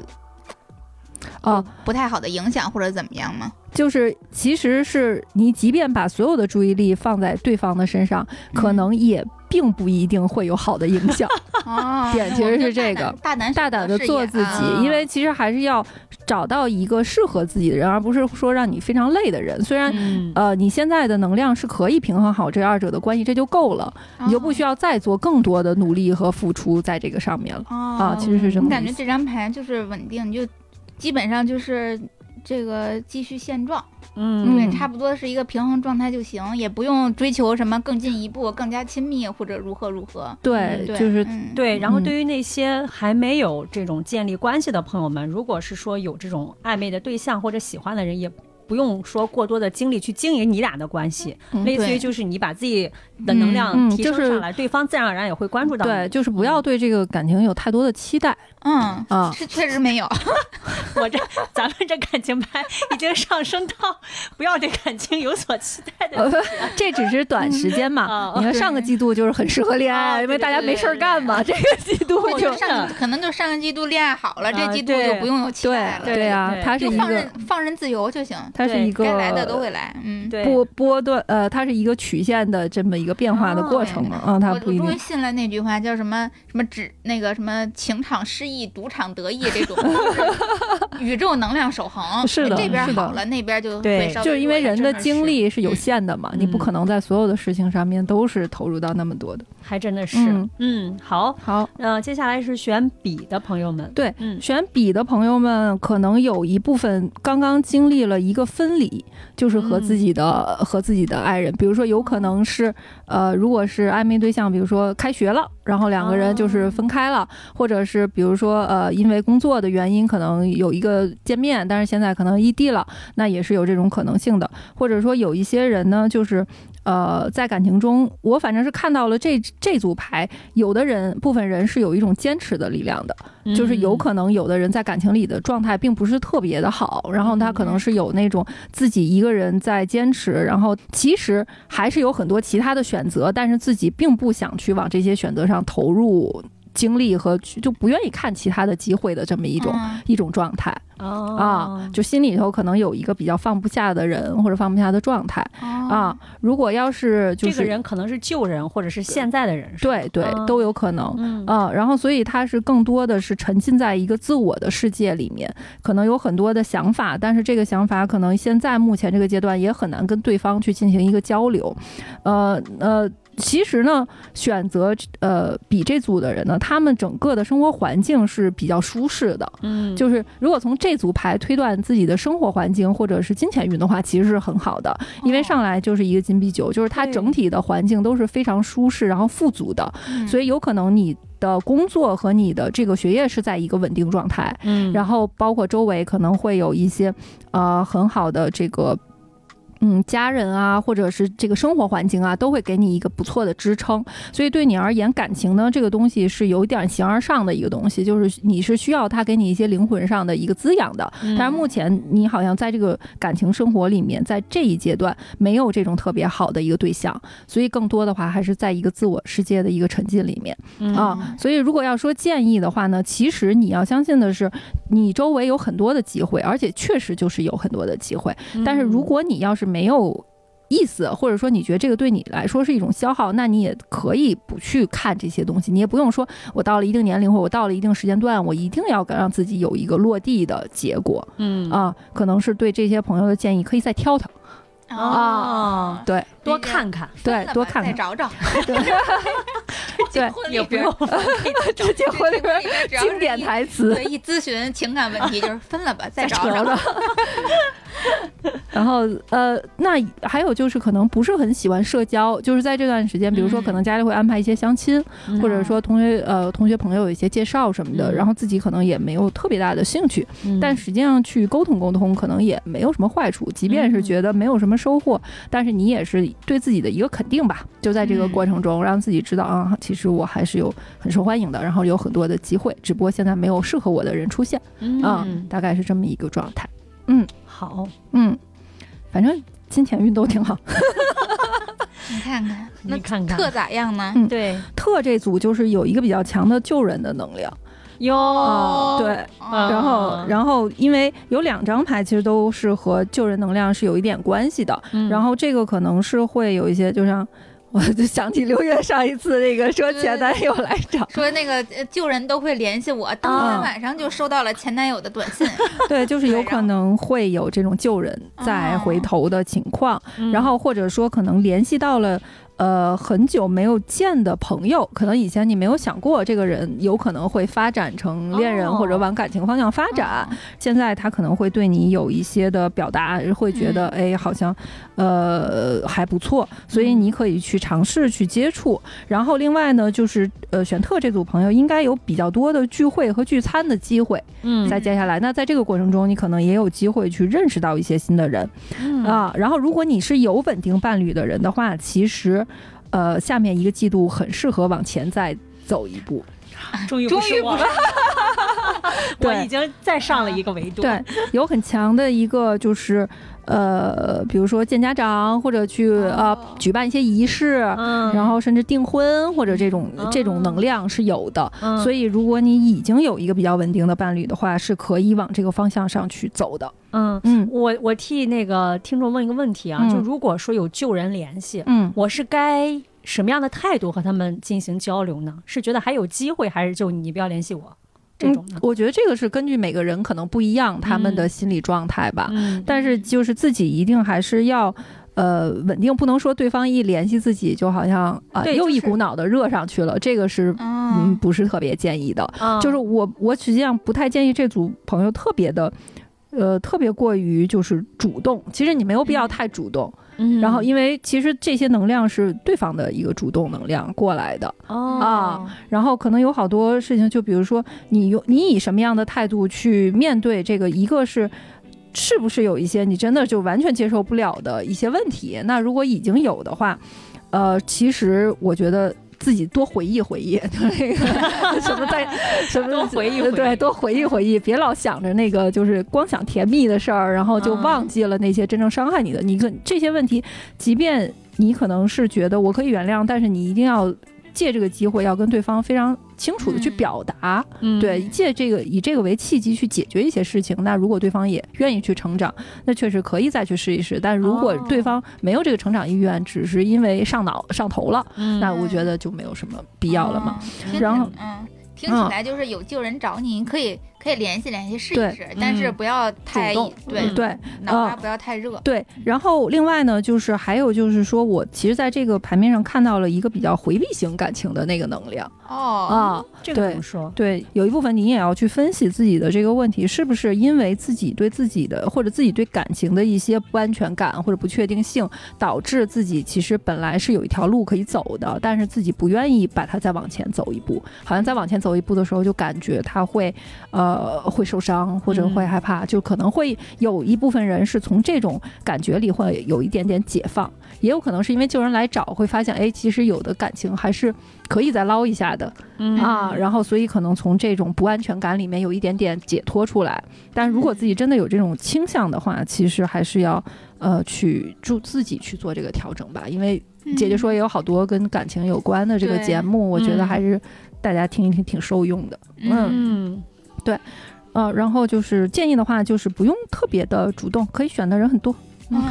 哦，
不太好的影响，或者怎么样吗？
就是其实是你，即便把所有的注意力放在对方的身上，
嗯
可能也并不一定会有好的影 响。
哦，
点
那
其
我
实
们就是大
这
胆
个
大胆
大胆的
事业
做自
啊
己，因为其实还是要找到一个适合自己的人，而不是说让你非常累的人。虽然、
嗯
呃，你现在的能量是可以平衡好这二者的关系，这就够了，你就不
哦
需要再做更多的努力和付出在这个上面了。
哦
啊，其实是这
我
么
感
个
觉
意思
这张牌就是稳定，你就基本上就是这个继续现状，
嗯
对，差不多是一个平衡状态就行，也不用追求什么更进一步、更加亲密或者如何如何。
对，
对，
就是
嗯
对，然后
嗯
对于那些还没有这种建立关系的朋友们，如果是说有这种暧昧的对象或者喜欢的人，也不用说过多的精力去经营你俩的关系，
嗯
类似于
对
就是你把自己的能量
嗯嗯
提升
就是
上来，对方自然而然也会关注到你。
对，就是不要对这个感情有太多的期待
嗯，
啊。
是确实没有。
我这咱们这感情牌已经上升到不要对感情有所期待的。
呃，这只是短时间嘛。
嗯
你看
对
上个季度就是很适合恋
哦
爱，因为
对对
大家没事儿干嘛。这个季 度
我觉
就
得
上可能就上个季度恋爱好了，这
啊
季度
对
就不用有期待 了，
对
对啊
对，
它是
就
一
放
个
任放任自由就行，
它是一个
该来的都会来。嗯，
对，
波波段呃，它是一个曲线的这么一个变化的过程嘛。啊，
我
它
哦我
不一
终于
定。
信了那句话， 叫什么什么只那个什么情场失意，赌场得意这种，就是宇宙能量守恒，
是的
这边
是的
好了，那边就
对
会稍微弱
就是因为人的
这
精力是有限的嘛，你
嗯
不可能在所有的事情上面都是投入到那么多的。
还真的是，
嗯
嗯，好，
好，
嗯、接下来是选笔的朋友们，
对
嗯，
选笔的朋友们，可能有一部分刚刚经历了一个分离，就是和自己的、和自己的爱人，比如说有可能是呃，如果是暧昧对象，比如说开学了，然后两个人就是分开了，或者是比如说呃，因为工作的原因，可能有一个见面，但是现在可能异地了，那也是有这种可能性的。或者说有一些人呢，就是。呃，在感情中，我反正是看到了这这组牌，有的人部分人是有一种坚持的力量的，
嗯
就是有可能有的人在感情里的状态并不是特别的好，然后他
嗯
可能是有那种自己一个人在坚持，然后其实还是有很多其他的选择，但是自己并不想去往这些选择上投入精力和去就不愿意看其他的机会的这么一种、
嗯
一种状态
哦
啊，就心里头可能有一个比较放不下的人或者放不下的状态
哦
啊。如果要是就是
哦这个人可能是旧人或者是现在的人，是吧
对对
嗯
都有可能，
嗯
啊，然后所以他是更多的是沉浸在一个自我的世界里面，可能有很多的想法，但是这个想法可能现在目前这个阶段也很难跟对方去进行一个交流，呃呃。其实呢，选择呃比这组的人呢，他们整个的生活环境是比较舒适的，
嗯，
就是如果从这组牌推断自己的生活环境或者是金钱运的话，其实是很好的，因为上来就是一个金币九，就是它
哦对
整体的环境都是非常舒适然后富足的，
哦嗯
所以有可能你的工作和你的这个学业是在一个稳定状态，
嗯，
然后包括周围可能会有一些呃很好的这个。嗯，家人啊，或者是这个生活环境啊，都会给你一个不错的支撑。所以对你而言，感情呢这个东西是有点形而上的一个东西，就是你是需要它给你一些灵魂上的一个滋养的。
嗯
但是目前你好像在这个感情生活里面，在这一阶段没有这种特别好的一个对象，所以更多的话还是在一个自我世界的一个沉浸里面啊。所以如果要说建议的话呢，其实你要相信的是，你周围有很多的机会，而且确实就是有很多的机会。
嗯
但是如果你要是没有意思，或者说你觉得这个对你来说是一种消耗，那你也可以不去看这些东西，你也不用说我到了一定年龄或我到了一定时间段，我一定要让自己有一个落地的结果
嗯
啊。可能是对这些朋友的建议，可以再挑挑，
嗯
哦
啊，
对
多看看，
对，多看
再
看，
找找。
对
结，婚
也
里
不
边
用
儿，
这 结婚里边
这结婚里边只要是
经典
一
台词
对，。一咨询情感问题就是分了吧，再找
聊
找。
了。 然后呃，那还有就是可能不是很喜欢社交，就是在这段时间，比如说
嗯
可能家里会安排一些相亲，
嗯
或者说同学呃同学朋友有一些介绍什么的，
嗯
然后自己可能也没有特别大的兴趣，
嗯
但实际上去沟通沟通可能也没有什么坏处，即
嗯
便是觉得没有什么收获，但是你也是对自己的一个肯定吧，就在这
嗯
个过程中让自己知道啊，其实我还是有很受欢迎的，然后有很多的机会，只不过现在没有适合我的人出现啊、
嗯
大概是这么一个状态。
好，
嗯，反正金钱运都挺好。
你看看，那
你看看
特咋样呢？
嗯
对
特这组就是有一个比较强的救人的能量，
哟，
哦
对。
啊
然后
啊，
然后因为有两张牌其实都是和救人能量是有一点关系的，
嗯
嗯
然后这个可能是会有一些，就像。我就想起刘月上一次那个 说
对
前男友来找，
说那个呃救人都会联系我，当天晚上就收到了前男友的短信。
对，就是有
对然
可
后
能会有这种救人
哦
再回头的情况，
嗯
然后或者说可能联系到了。呃，很久没有见的朋友，可能以前你没有想过这个人有可能会发展成恋人，
哦
或者往感情方向发展。现在他可能会对你有一些的表达，会觉得、
嗯
哎，好像呃还不错，所以你可以去尝试去接触。然后另外呢，就是呃选特这组朋友应该有比较多的聚会和聚餐的机会。
嗯
再接下来，那在这个过程中，你可能也有机会去认识到一些新的人。
嗯
啊，然后如果你是有稳定伴侣的人的话，其实，呃，下面一个季度很适合往前再走一步。
哎终于
终
是
于
我
不
了， 我
对
已经再上了一个维度，
对，有很强的一个就是，呃，比如说见家长或者去呃
哦
举办一些仪式，
嗯，
然后甚至订婚或者这种这种能
哦
量是有的。
嗯
所以，如果你已经有一个比较稳定的伴侣的话，是可以往这个方向上去走的。
嗯，
嗯
我我替那个听众问一个问题啊，
嗯
就如果说有救人联系，
嗯，
我是该什么样的态度和他们进行交流呢？是觉得还有机会，还是就你不要联系我？这种呢？
嗯我觉得这个是根据每个人可能不一样，他们的心理状态吧。
嗯，
但是就是自己一定还是要。呃，稳定不能说对方一联系自己就好像啊、
对
又
就
一
是
股脑的热上去了，这个是嗯
嗯，
不是特别建议的。
啊
嗯就是我我实际上不太建议这组朋友特别的，呃，特别过于就是主动。其实你没有必要
嗯
太主动，
嗯
然后因为其实这些能量是对方的一个主动能量过来的。
哦
啊然后可能有好多事情，就比如说你用你以什么样的态度去面对这个，一个是。是不是有一些你真的就完全接受不了的一些问题？那如果已经有的话，呃，其实我觉得自己多回忆回忆，那个 什么在什么
多回忆回忆
对，多回忆回忆，别老想着那个就是光想甜蜜的事儿，然后就
嗯
忘记了那些真正伤害你的。你可这些问题，即便你可能是觉得我可以原谅，但是你一定要借这个机会，要跟对方非常清楚的去
嗯
表达，
嗯
对，借这个以这个为契机去解决一些事情。那如果对方也愿意去成长，那确实可以再去试一试。但如果
哦
对方没有这个成长意愿，只是因为上脑上头了，
嗯哦
那我觉得就没有什么必要了嘛。
嗯。听
然
起
后
嗯，听起来就是有救人找你，你可以可以联系联系试
对
一试，但是
嗯
不要太
主动
对
嗯
对
脑瓜不要太热。
对，然后另外呢，就是还有就是说我其实在这个牌面上看到了一个比较回避型感情的那个能量
哦，
啊，
这个
对
怎么说？
对，有一部分你也要去分析自己的这个问题，是不是因为自己对自己的或者自己对感情的一些不安全感或者不确定性，导致自己其实本来是有一条路可以走的，但是自己不愿意把它再往前走一步，好像再往前走一步的时候，就感觉他会呃会受伤或者会
嗯
害怕，就可能会有一部分人是从这种感觉里会有一点点解放，也有可能是因为救人来找会发现，哎，其实有的感情还是可以再捞一下的。
嗯
啊，然后所以可能从这种不安全感里面有一点点解脱出来。但如果自己真的有这种倾向的话，其实还是要呃去助自己去做这个调整吧。因为
嗯
姐姐说也有好多跟感情有关的这个
对
节目，我觉得
嗯
还是大家听一听挺受用的。嗯
嗯
呃，然后就是建议的话，就是不用特别的主动，可以选的人很多。
嗯，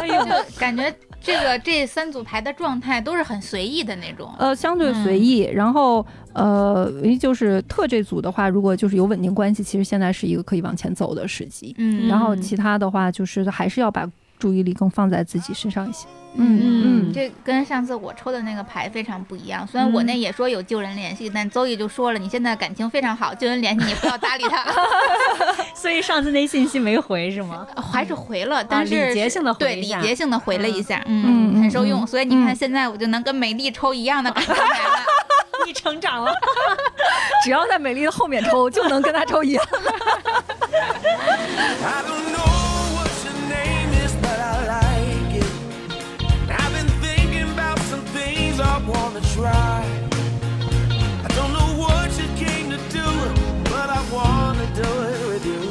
哎呦
就感觉这个这三组牌的状态都是很随意的那种。
呃，相对随意。
嗯
然后呃，就是特这组的话，如果就是有稳定关系，其实现在是一个可以往前走的时机。
嗯
然后
嗯
其他的话就是还是要把注意力更放在自己身上一些。
嗯
嗯
这跟上次我抽的那个牌非常不一样。虽然我
嗯
那也说有救人联系，但邹毅就说了，你现在感情非常好，救人联系你不要搭理他，
所以上次那信息没回是吗？
还是回了，但是、
啊礼节性地回
对
一
礼
下
节性的回了一下，
嗯
很受用。
嗯
所以你看，
嗯
现在我就能跟美丽抽一样的感情牌 了。
你成长了，
只要在美丽的后面抽，就能跟他抽一样。
I don't know what your name is, but I like it. I've been thinking about some things I wanna try. I don't know what you came to do, but I wanna do it with you.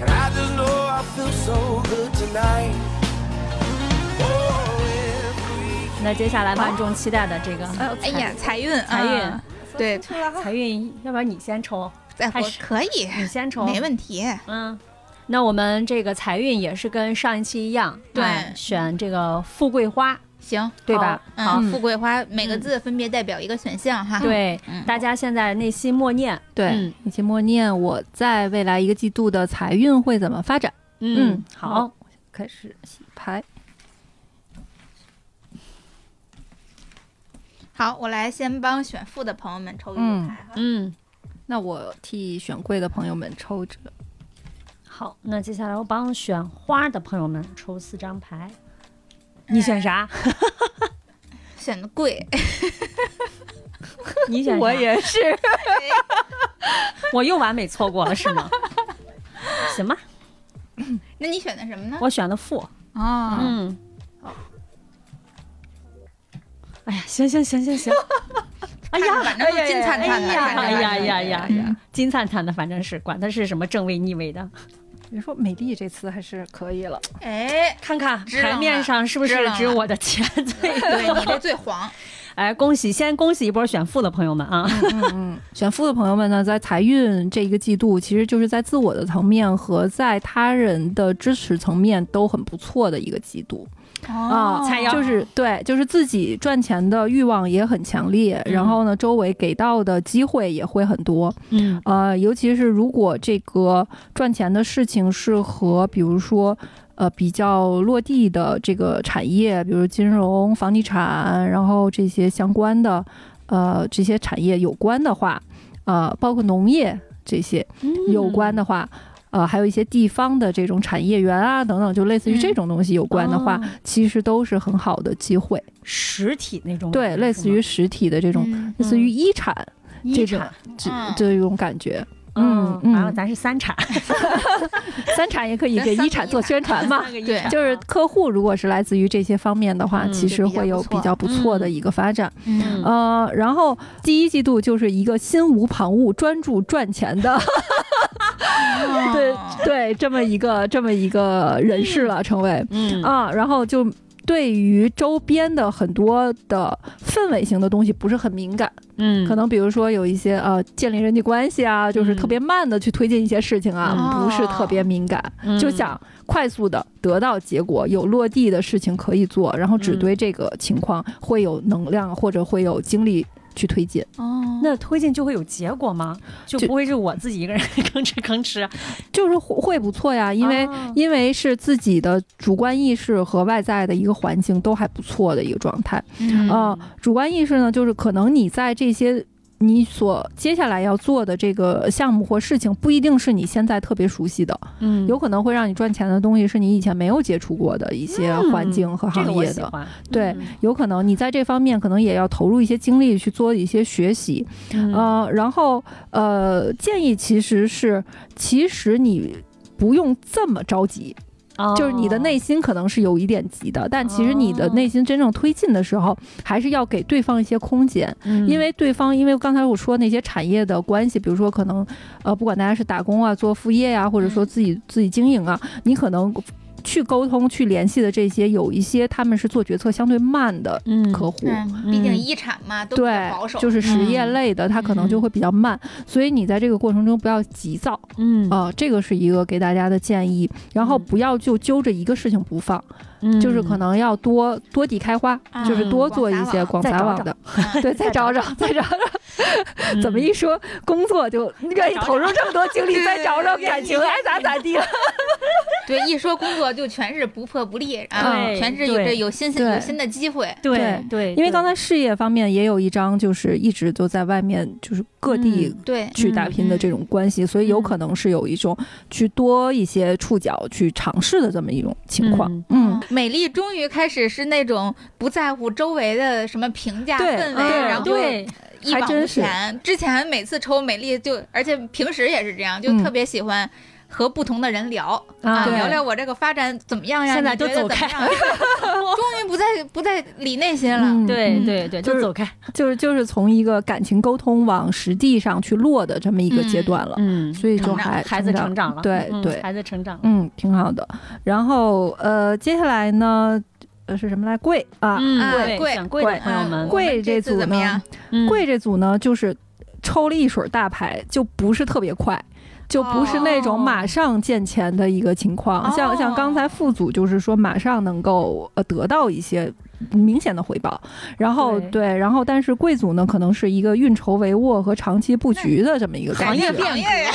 And I just know I feel so good tonight. Oh, if we
那接下来万众期待的这个
哎呀，财运，
财运
啊对，
财运，要不然你先抽，
哎
再
还
活
是
可以，
你先抽，
没问题。
嗯，那我们这个财运也是跟上一期一样，
对
哎选这个富贵花，
行，
对吧？嗯
嗯，富贵花每个字分别代表一个选项哈。，
对
嗯，
大家现在内心默念，
对
嗯，
以及默念我在未来一个季度的财运会怎么发展。嗯
好，
开始洗牌，
好，我来先帮选富的朋友们抽一
嗯
个牌哈。
嗯，
那我替选贵的朋友们抽着。
好，那接下来我帮选花的朋友们抽四张牌，你选啥？
选的贵，
你选啥
我，也是，
我又完美错过了是吗？行吧，
那你选的什么呢？
我选的富，
哦，
嗯，哎呀，行行行行行，哎呀，
反正就金灿灿的，
哎呀哎呀
看着吧
哎呀哎呀哎
嗯
呀，金灿灿的，反正是管它是什么正位逆位的，
别说美丽这次还是可以了。
哎，
看看
支棱
牌面
了
上是不
支棱
是
了
只有我的钱最
对你这最黄，
哎，恭喜，先恭喜一波选富的朋友们啊！
嗯 选富的朋友们呢，在财运这一个季度，其实就是在自我的层面和在他人的支持层面都很不错的一个季度
哦
啊、
菜肴
就是对，就是自己赚钱的欲望也很强烈，然后呢，周围给到的机会也会很多。
嗯
呃，尤其是如果这个赚钱的事情是和比如说。呃，比较落地的这个产业，比如金融、房地产，然后这些相关的，呃，这些产业有关的话，呃，包括农业这些嗯有关的话，呃，还有一些地方的这种产业园啊等等，就类似于这种东西有关的话，
哦
其实都是很好的机会。
实体那种
对，类似于实体的这种，
嗯
类似于一产、这
一
种
产，
这
嗯
这种感 觉。嗯
嗯，
嗯
完了咱是三产，
三产也可以给
三
一产做宣传嘛。
三个一
对
产啊
就是客户如果是来自于这些方面的话，
嗯
其实
就比较
会有
不错
比较不错的一个发展。
嗯，
呃，然后第一季度就是一个心无旁骛、专注赚钱 的，
嗯
哦
对对，这么一个这么一个人士了，成为
嗯
啊，然后就。对于周边的很多的氛围型的东西不是很敏感，
嗯，
可能比如说有一些呃建立人际关系啊，就是
嗯
特别慢的去推进一些事情啊，
嗯
不是特别敏感。
嗯
就想快速的得到结果，有落地的事情可以做，然后只
嗯
对这个情况会有能量或者会有精力去推进。
哦，
那推进就会有结果吗？就
就
不会是我自己一个人 吭哧吭哧？啊
就是会会不错呀，因为、
哦
啊因为是自己的主观意识和外在的一个环境都还不错的一个状态。
嗯
呃，主观意识呢，就是可能你在这些。你所接下来要做的这个项目或事情，不一定是你现在特别熟悉的，
嗯
有可能会让你赚钱的东西是你以前没有接触过的一些环境和
嗯这
行
个我
业
喜
的。
欢，
对，有可能你在这方面可能也要投入一些精力去做一些学习，
嗯
呃，然后呃，建议其实是，其实你。不用这么着急，
哦
就是你的内心可能是有一点急的，但其实你的
哦
内心真正推进的时候，还是要给对方一些空间，
嗯
因为对方，因为刚才我说那些产业的关系，比如说可能，呃，不管大家是打工啊、做副业呀、或者说
嗯
自己自己经营啊，你可能去沟通、去联系的这些，有一些他们是做决策相对慢的
嗯
客户。
嗯，毕竟一产嘛，都比较
对
保守，，
就是实业
嗯
类的，它可能就会比较慢，所以你在这个过程中不要急躁
嗯
啊、这个是一个给大家的建议。然后
嗯
不要就揪着一个事情不放，
嗯
哦就是可能要多多地开花，
啊
就是多
广
做
撒
一些
网
广
再
撒
找
网
找
的，
嗯
对，再找找，再找找。
嗯
怎么一说工作就愿意投入这么多精力，再找找感情，爱咋咋地了。
对，一说工作就全是不破不立，啊，
对
全是有这
对
有新
对
有新的机会，
对
对
对，
因为刚
对
才事业方面也有一张，就是一直都在外面，就是各地
嗯
对，
去打拼的这种关系，所以有可能是有一种去多一些触角去尝试的这么一种情况。嗯，
哦
美丽终于开始是那种不在乎周围的什么评价
对
氛围，
嗯
然后就
对
一
还
往
真
无
是
前。之前每次抽美丽就，而且平时也是这样，就
嗯
特别喜欢和不同的人聊、啊，
对
聊聊我这个发展怎么样呀？
现在
你觉
就
得
走
怎么
开
样 终于不再不再理那些了。
嗯
对
嗯
对对，
就
就是走开，
就是就是从一个感情沟通往实地上去落的这么一个阶段了，
嗯
所以就
成长
还
孩子成长了，
对
嗯
对
孩子成长了，
嗯，挺好的。然后呃，接下来呢，呃是什么来？贵啊，
啊
嗯，
贵
对，想贵的
贵
朋友们，
贵
我们
这
这次
组
怎么
呢
样？
嗯
贵这组呢，就是抽了一水儿大牌，就不是特别快。就不是那种马上见钱的一个情况，
哦
像像刚才副组就是说马上能够呃得到一些明显的回报，然后
对
然后但是贵组呢可能是一个运筹帷幄和长期布局的这么一个
改
行
状
业
变
态，
变
行业呀，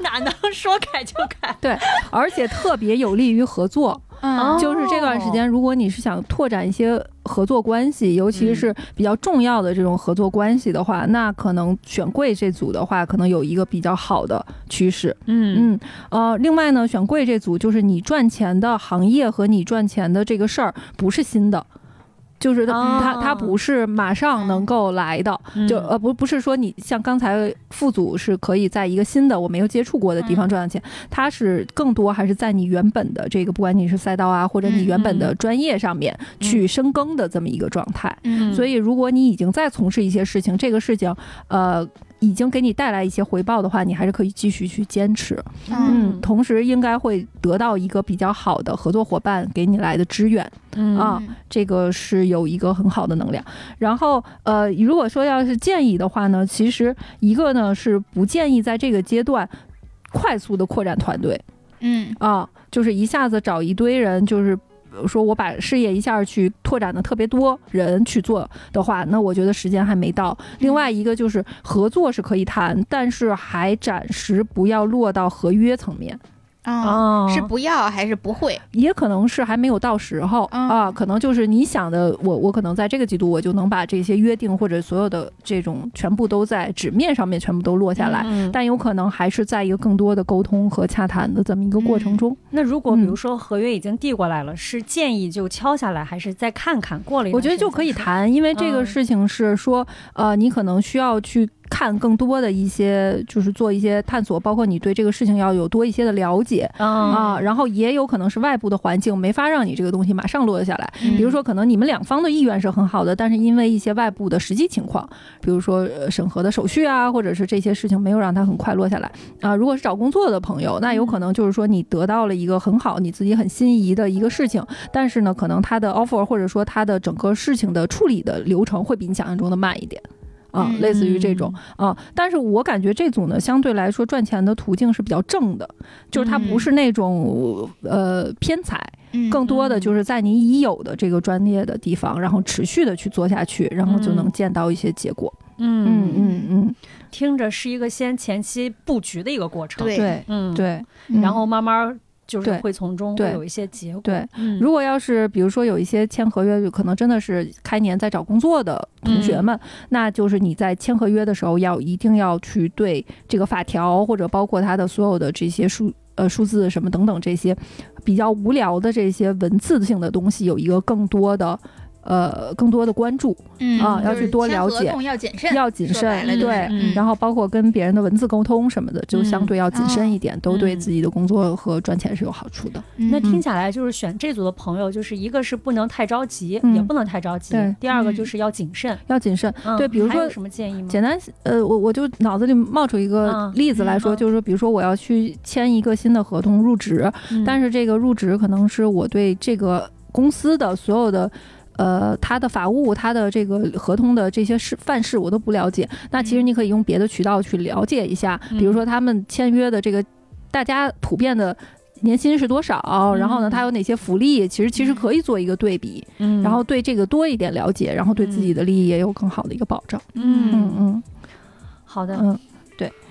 哪能说改就改？
而且特别有利于合作，
哦
嗯
就是这段时间，如果你是想拓展一些合作关系，尤
嗯
其是比较重要的这种合作关系的话，那可能选贵这组的话，可能有一个比较好的趋势。
嗯
嗯，呃，另外呢，选贵这组就是你赚钱的行业和你赚钱的这个事儿不是新的。就是它、
哦
它它不是马上能够来的，
嗯
就呃不不是说你像刚才副组是可以在一个新的我没有接触过的地方赚到钱，它是更多还是在你原本的这个不管你是赛道啊或者你
嗯
原本的
嗯
专业上面去深耕的这么一个状态。
嗯
所以如果你已经在从事一些事情，这个事情呃已经给你带来一些回报的话，你还是可以继续去坚持。
嗯
嗯，同时应该会得到一个比较好的合作伙伴给你来的支援。
嗯
啊
嗯
这个是有一个很好的能量。然后，呃，如果说要是建议的话呢，其实一个呢是不建议在这个阶段快速的扩展团队
嗯
啊，就是一下子找一堆人，就是呃说我把事业一下去拓展的特别多人去做的话，那我觉得时间还没到。另外一个就是合作是可以谈，但是还暂时不要落到合约层面。
啊，
哦，
是不要还是不会？
也可能是还没有到时候、
嗯
啊，可能就是你想的，我我可能在这个季度我就能把这些约定或者所有的这种全部都在纸面上面全部都落下来，
嗯
但有可能还是在一个更多的沟通和洽谈的这么一个过程中。
那如果比如
嗯
说合约已经递过来了，是建议就敲下来，还是再看看过了一段
我觉得
时间
就可以
再说。
谈，因为这个
嗯
事情是说，呃，你可能需要去看更多的一些，就是做一些探索，包括你对这个事情要有多一些的了解。
嗯
啊，然后也有可能是外部的环境没法让你这个东西马上落下来。
嗯
比如说，可能你们两方的意愿是很好的，但是因为一些外部的实际情况，比如说呃审核的手续啊，或者是这些事情没有让它很快落下来啊。如果是找工作的朋友，那
嗯
有可能就是说你得到了一个很好、你自己很心仪的一个事情，但是呢，可能他的 offer 或者说他的整个事情的处理的流程会比你想象中的慢一点。啊，
嗯
类似于这种啊，但是我感觉这组呢，相对来说赚钱的途径是比较正的，就是它不
嗯
是那种呃偏财，
嗯
更多的就是在你已有的这个专业的地方，然后持续的去做下去，然后就能
嗯
见到一些结果。
嗯，
嗯嗯，
听着是一个先前期布局的一个过程，
对
对
嗯，
对
嗯
然后慢慢就是
对
会从中
对
会有一些结果。
对。
嗯
如果要是比如说有一些签合约，可能真的是开年在找工作的同
嗯
学们，那就是你在签合约的时候要一定要去对这个法条或者包括它的所有的这些数呃数字什么等等这些比较无聊的这些文字性的东西有一个更多的呃更多的关注。
嗯
啊
就
要
是
去多
签
了
合
解
同要谨慎，
要谨
说白
慎
了就是
对
嗯
然后包括跟别人的文字沟通什么的，就
嗯
相对要谨慎一
哦
点，都对
嗯
自己的工作和赚钱是有好处的。
嗯
那听起来就是选这组的朋友，就是一个是不能太着急，
嗯
也不能太着急
对；
第二个
嗯
就是要谨慎。
要谨慎，
嗯
对比如
还有
说
什么建议吗？
简单，呃，我我就脑子里冒出一个
嗯
例子来说，
嗯
就是说，比如说我要去签一个新的合同入职，但
是
是这个入职可能是我对这个公司的所有的。呃，它的法务、它的这个合同的这些事范式我都不了解。那其实
嗯
你可以用别的渠道去了解一下，比如
嗯
说他们签约的这个大家普遍的年薪是多少，然后呢，
嗯
它有哪些福利，其实其实
嗯
可以做一个对比，然后对这个多一点了解，然后对自己的利益也有更好的一个保障。嗯
嗯，
嗯
好的，
嗯，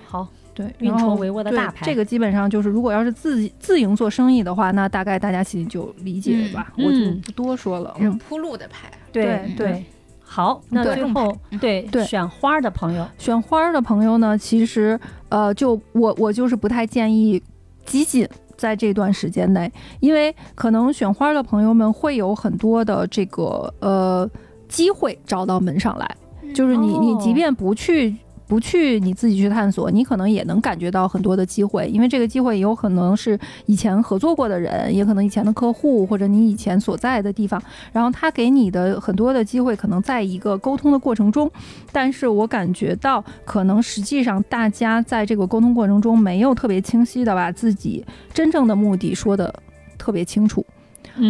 好，
对，
运
然后
筹帷幄的
对
大牌
这个基本上就是，如果要是自己自营做生意的话，那大概大家心里就理解吧，
嗯
我就
嗯
不多说了。
是
嗯，
铺路的牌，
对嗯
对
对。好，那
对嗯
最后对
对啊
选花的朋友，
选花儿的朋友呢，其实呃，就我我就是不太建议激进。在这段时间内，因为可能选花儿的朋友们会有很多的这个呃机会找到门上来，
嗯
就是你你即
哦
便不去不去你自己去探索，你可能也能感觉到很多的机会，因为这个机会有可能是以前合作过的人，也可能以前的客户或者你以前所在的地方，然后他给你的很多的机会，可能在一个沟通的过程中，但是我感觉到可能实际上大家在这个沟通过程中没有特别清晰的把自己真正的目的说的特别清楚。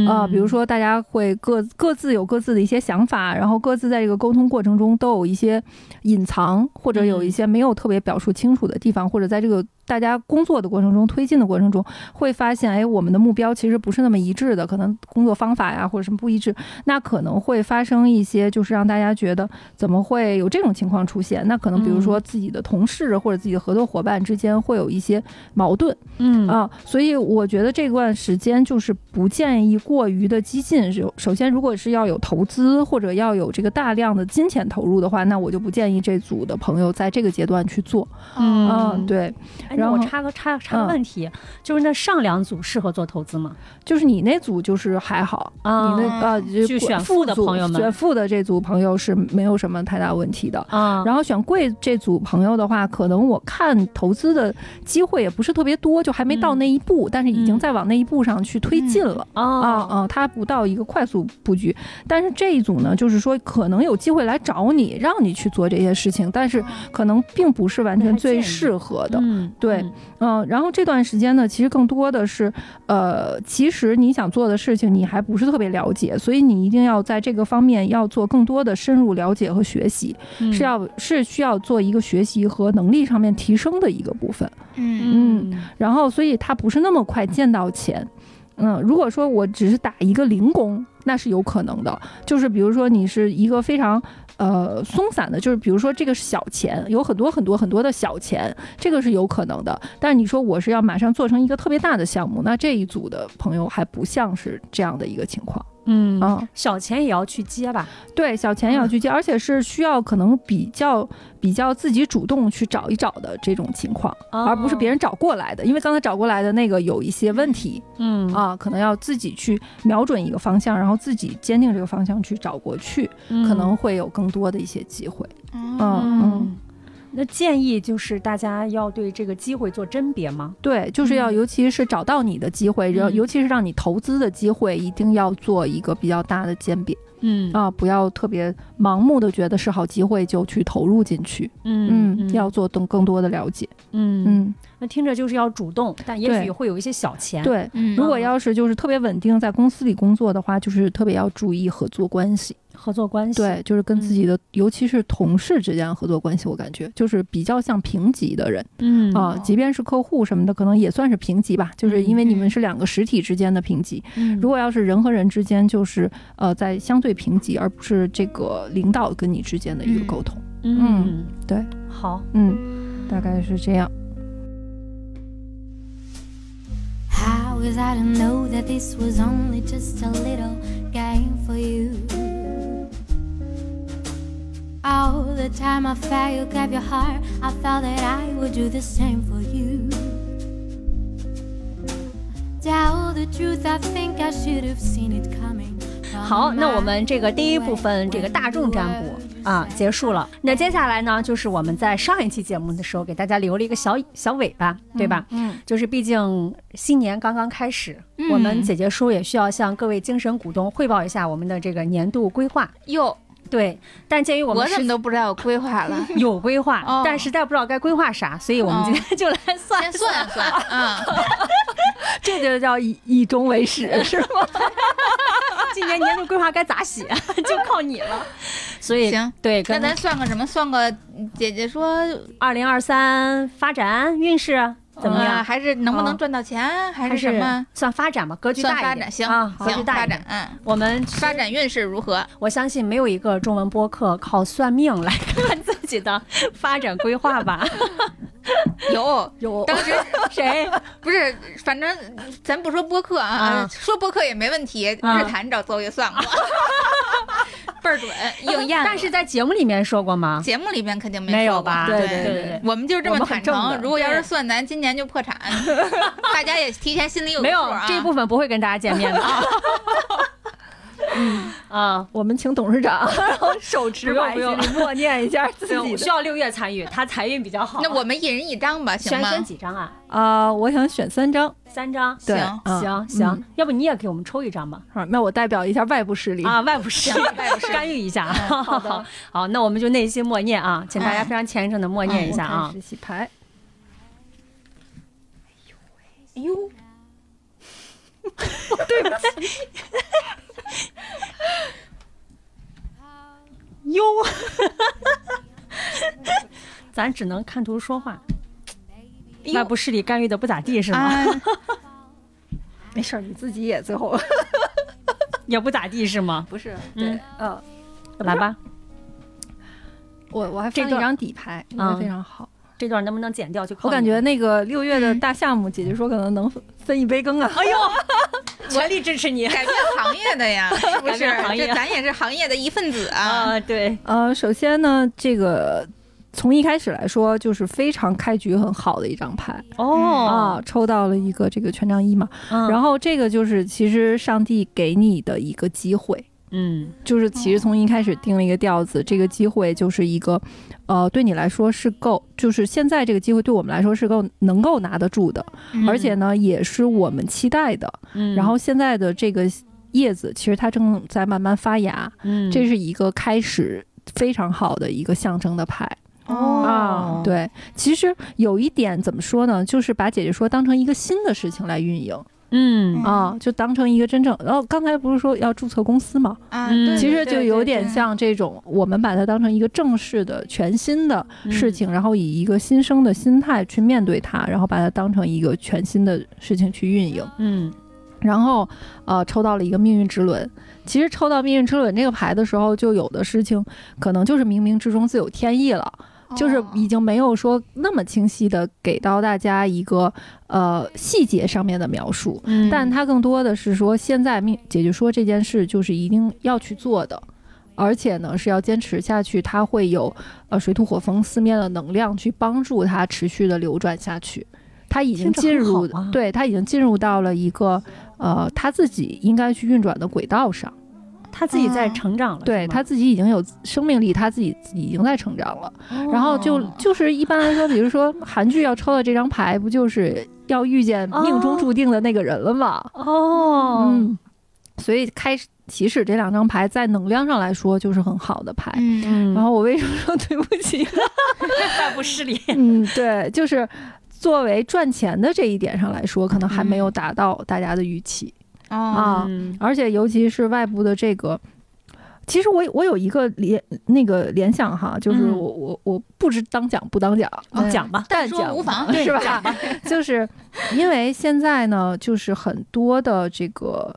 啊，
嗯
比如说大家会各各自有各自的一些想法，然后各自在这个沟通过程中都有一些隐藏，或者有一
嗯
些没有特别表述清楚的地方，或者在这个大家工作的过程中推进的过程中，会发现，哎，我们的目标其实不是那么一致的，可能工作方法呀或者什么不一致，那可能会发生一些就是让大家觉得怎么会有这种情况出现？那可能比如说自己的同事或者自己的合作伙伴之间会有一些矛盾，
嗯
啊，所以我觉得这段时间就是不建议过于的激进。首首先，如果是要有投资或者要有这个大量的金钱投入的话，那我就不建议这组的朋友在这个阶段去做。
嗯
嗯，对，
哎那我
然后
插个插插个
嗯
问题，就是那上两组适合做投资吗？
就是你那组就是还好，
啊
你那呃就
去
贵
选
富
富的
组
朋友们
选富的这组朋友是没有什么太大问题的。
啊，
然后选贵这组朋友的话，可能我看投资的机会也不是特别多，就还没到
嗯
那一步，但是已经
嗯
在往那一步上去推进了。啊
哦，
啊，它不到一个快速布局，但是这一组呢，就是说可能有机会来找你，让你去做这些事情，但是可能并不是完
对
全
还建
最
议
适合的。
哦嗯，
对
嗯
嗯，然后这段时间呢，其实更多的是，呃，其实你想做的事情你还不是特别了解，所以你一定要在这个方面要做更多的深入了解和学习，
嗯
是要是需要做一个学习和能力上面提升的一个部分。
嗯
嗯
然后，所以它不是那么快见到钱。嗯，如果说我只是打一个零工，那是有可能的。就是比如说你是一个非常呃松散的，就是比如说这个是小钱，有很多很多很多的小钱，这个是有可能的。但是你说我是要马上做成一个特别大的项目，那这一组的朋友还不像是这样的一个情况
嗯，
啊、
小钱也要去接吧，
对，小钱也要去接，而且是需要可能比较比较自己主动去找一找的这种情况。而不是别
人，
人找过来的，因为刚才找过来的那个有一些问题
嗯
啊，可能要自己去瞄准一个方向，然后自己坚定这个方向去找过去，可能会有更多的一些机会。嗯嗯，
嗯，那建议就是大家要对这个机会做甄别吗？
对，就是要，
嗯
尤其是找到你的机会，然后
嗯
尤其是让你投资的机会，一定要做一个比较大的鉴别
嗯
啊，不要特别盲目的觉得是好机会就去投入进去，
嗯
要做更更多的了解，
嗯，
嗯，
那听着就是要主动，但也
对
许会有一些小钱，，
对。
嗯，
如果要是就是特别稳定在公司里工作的话，就是特别要注意合作关系。嗯
合作关系，，
对，就是跟自己的，尤其是同事之间的合作关系，我感觉就是比较像平级的人
嗯
啊、即便是客户什么的，可能也算是平级吧，就是因为你们是两个实体之间的平级。
嗯
如果要是人和人之间，就是呃，在相对平级，而不是这个领导跟你之间的一个
嗯
沟通。
嗯，
对，
好，
嗯，大概是这样。
How was I to know that this was only just a little game for you? All the time I felt you gave your heart, I felt that I would do the same for you. Tell the truth, I think I should have seen it coming.
好，那我们这个第一部分这个大众占卜啊结束了。那接下来呢，就是我们在上一期节目的时候给大家留了一个小小尾巴，对吧？
嗯，
就是毕竟新年刚刚开始，
嗯
我们姐姐说也需要向各位精神股东汇报一下我们的这个年度规划。
哟，
对，但鉴于我
我
们
怎么
是
都不知道有规划了，
有规划，
哦
但实在不知道该规划啥，所以我们
哦
今天就来算
先
一算。
算算，嗯，
这就叫以以终为始，是吗？
今年年度规划该咋写， 就靠你了。所以
行，
对，
那
跟
咱算个什么？算个姐姐说
二零二三发展运势怎么样
啊？还是能不能
哦
赚到钱？还
还
是什么？
算发展吧，格局
算
大
发
一点
展，行
啊，格局
行，
大
发
一
展
点。，
嗯，
我们
发展运势如何？
我相信没有一个中文播客靠算命来 看自己的发展规划吧？
有，
有
当时
谁？
不是，反正咱不说播客啊，
啊
说播客也没问题。
啊
日坛找邹也 算过，倍儿准，应验了。
但是在节目里面说过吗？
节目里边肯定
没有
说过
吧？
对
对
对
对对。
我们就是这么
我们
坦
很正
诚
的，
如果要是
对
算，咱今年就 破产，大家也提前心里有个
没
数
有
啊。
这部分不会跟大家见 面的啊。啊，
我们请董事长，然后手持
不用
白
不用
心里默念 一下自
对，
己
我
的
需要六月参与，他财运比较好。
那我们一人一张吧，行
选
吗？
选几张啊？
啊、我想选三张，
三张。
对，
行
嗯
行
嗯
行，要不你也给我们抽一张吧？
好，那我代表一下外部势力
啊，外部势力，
外部势 力
干预一下。好 好好，那我们就内心默念啊，请大家非常虔诚的默念一下啊。
洗牌。
哟，咱只能看图说话。哎外部势力干预的不咋地是吗？
啊，
没事儿，你自己也最后？
也不咋地是吗
不是
对
对，呃，
来吧，
我我还
这
放了一
段
张底牌，我觉得
嗯
非常好。
这段能不能剪掉就靠
我感
你
觉
了
那个六月的大项目，姐姐说可能能分一杯羹啊。
哎呦， 全力支持你
改变行业的 呀，是不是？
改变行业
呃
这咱也是行业的一份子啊。
啊！对，
呃，首先呢，这个从一开始来说就是非常开局很好的一张牌
哦，
啊，抽到了一个这个权杖一嘛，
嗯
然后这个就是其实上帝给你的一个机会，
嗯
就是其实从一开始定了一个调子，这个机会就是一个，呃，对你来说是够，就是现在这个机会对我们来说是够能够拿得住的，
嗯
而且呢也是我们期待的。
嗯，
然后现在的这个叶子其实它正在慢慢发芽，
嗯
这是一个开始。非常好的一个象征的牌
哦，
啊
哦
对。其实有一点怎么说呢，就是把姐姐说当成一个新的事情来运营
嗯
啊，就当成一个真正。然后刚才不是说要注册公司嘛，
啊，
嗯
对
其实
对
就
对
有
对
点像这种，我们把它当成一个正式的、全新的
嗯
嗯
事情，然后以一个新生的心态去面对它，然后把它当成一个全新的事情去运营。
嗯
然后，呃，抽到了一个命运之轮。其实抽到命运之轮这个牌的时候，就有的事情可能就是冥冥之中自有天意了，
哦
就是已经没有说那么清晰的给到大家一个呃细节上面的描述。
嗯
但它更多的是说，现在命姐姐说这件事就是一定要去做的，而且呢是要坚持下去，它会有呃水土火风四面的能量去帮助它持续的流转下去。它已
听
经
着
进
很
入，
好啊
对，它已经进入到了一个呃它自己应该去运转的轨道上，
他自己在
嗯
成长了，
对
是吗
它自己已经有生命力，它自己已经在成长了。然后就
哦
就是一般来说，比如说韩剧要抽到这张牌，不就是要遇见命中
哦
注定的那个人了吗？
哦，
嗯，所以开始起始这两张牌在能量上来说就是很好的牌。
嗯
嗯，
然后我为什么说对不起？
大不失礼，
嗯， 对，就是作为赚钱的这一点上来说，可能还没有达到大家的预期、
哦
啊。
嗯
而且尤其是外部的这个，其实我我有一个联那个联想哈，就是
嗯
我、我我不知当讲不当讲，
你哦讲吧，
但
说
讲
无
吧
妨
是
对
吧
讲吧？
就是因为现在呢，就是很多的这个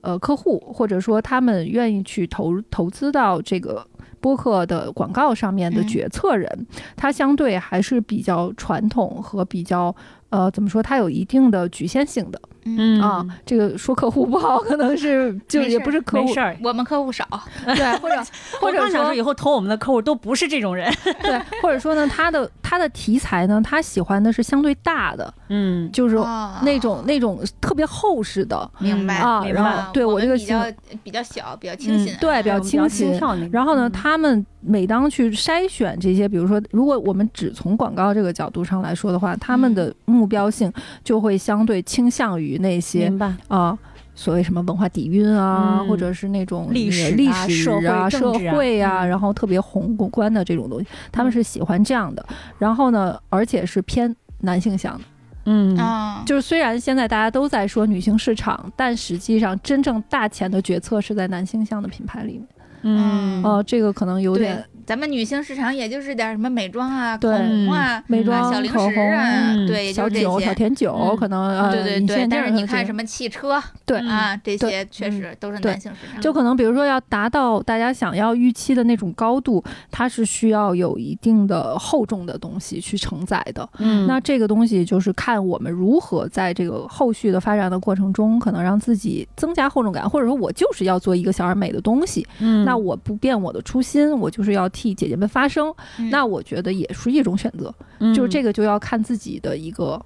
呃客户，或者说他们愿意去投投资到这个播客的广告上面的
嗯
决策人，他相对还是比较传统和比较呃怎么说，他有一定的局限性的、
嗯
啊。这个说客户不好，可能是就
没事
也不是客户
没事儿。
我们客户少，
对，或者或者
我刚想
说
说以后投我们的客户都不是这种人，
对，或者说呢，他的他的题材呢，他喜欢的是相对大的，
嗯
就是
哦
那种、那种特别厚实的。
明白
啊
哎明
然
白
后对我
们
这个
比
行
较比较小，比较清新，
对，
哎
比较清新。然
嗯
后呢，他们每当去筛选这些，比如说，如果我们只从广告这个角度上来说的话，他
嗯
们的目标性就会相对倾向于那些
明白，
啊、所谓什么文化底蕴啊，
嗯
或者是那种
历史啊
历史啊、
社会政治啊
社会啊，
嗯
然后特别宏观的这种东西，他们是喜欢这样的。然后呢，而且是偏男性向的。
嗯
啊，
就是虽然现在大家都在说女性市场，但实际上真正大钱的决策是在男性向的品牌里面。
嗯
哦、这个可能有
对
点
咱们女性市场也就是点儿什么美妆啊、口
对
红啊、
美妆、
小零
口
食啊，
嗯
红、
对，也就
小
是这
酒、
些
小。甜酒，
嗯
可能呃，
对对
隐
对，
形
但
眼
是
镜
你看
这
什么汽车
对
啊，这
嗯对
些确
嗯
实都是
对
男性市场。
就可能比如说要达到大家想要预期的那种高度，它是需要有一定的厚重的东西去承载的。
嗯
那这个东西就是看我们如何在这个后续的发展的过程中，可能让自己增加厚重感，或者说我就是要做一个小而美的东西，
嗯
那我不变我的初心，我就是要替姐姐们发声。
嗯
那我觉得也是一种选择，
嗯
就是这个就要看自己的一个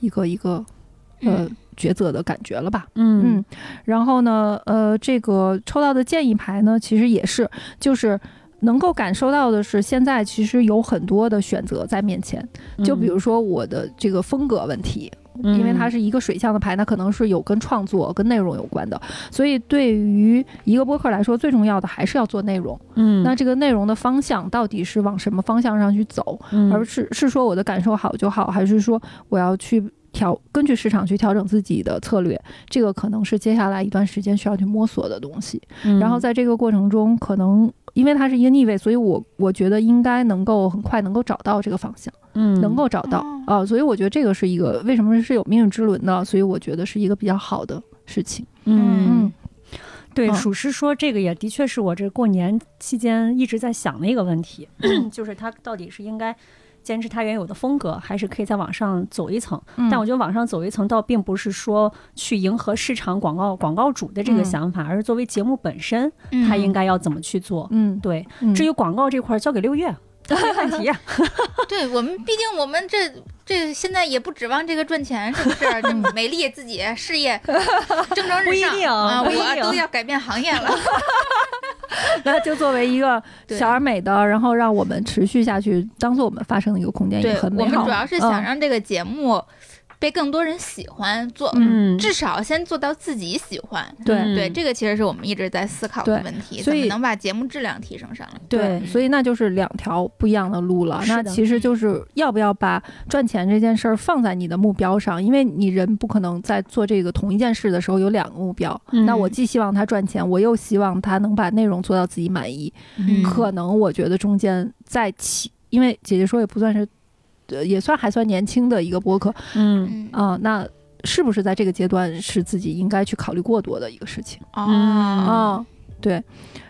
一个一个呃
嗯
抉择的感觉了吧。
嗯
嗯，然后呢，呃，这个抽到的建议牌呢，其实也是，就是能够感受到的是，现在其实有很多的选择在面前。嗯就
嗯
比如说我的这个风格问题，因为它是一个水象的牌，它可能是有跟创作、跟内容有关的。所以对于一个播客来说，最重要的还是要做内容。
嗯
那这个内容的方向到底是往什么方向上去走？而
而
是是说我的感受好就好，还是说我要去调根据市场去调整自己的策略？这个可能是接下来一段时间需要去摸索的东西。
嗯
然后在这个过程中，可能因为它是一个逆位，所以我我觉得应该能够很快能够找到这个方向，
嗯
能够找到
哦
啊、所以我觉得这个是一个为什么是有命运之轮呢？所以我觉得是一个比较好的事情。
嗯
嗯，
对，
嗯
属实说这个也的确是我这过年期间一直在想的一个问题， 就是他到底是应该坚持他原有的风格，还是可以再往上走一层？
嗯
但我觉得往上走一层，倒并不是说去迎合市场广告广告主的这个
嗯
想法，而是作为节目本身，
嗯
他应该要怎么去做。
嗯，
对，
嗯
至于广告这块儿，交给六月，啊没问题呀、
对我们，毕竟我们这这现在也不指望这个赚钱，是不是？这美丽自己事业蒸蒸
嗯不
日
一定
上啊，
不一
我
定
都要改变行业了。
那就作为一 个
对
小而美的，然后让我们持续下去，当做我们发声的一个空间也
对，
哎很
我
美
们
好。
主要是想
嗯
让这个节目被更多人喜欢，做
嗯，
至少先做到自己喜欢。
对
嗯
对，这个其实是我们一直在思考的
对
问题，
所
怎么
以
能把节目质量提升上来？
对
所以那就是两条不一样的路了。
是
那
的
其实就是要不要把赚钱这件事儿放在你的目标上，因为你人不可能在做这个同一件事的时候有两个目标。
嗯
那我既希望他赚钱，我又希望他能把内容做到自己满意。
嗯
可能我觉得中间在起，因为姐姐说也不算是，呃也算还算年轻的一个播客
嗯
嗯
啊、那是不是在这个阶段是自己应该去考虑过多的一个事情？
嗯
哦，
啊、对。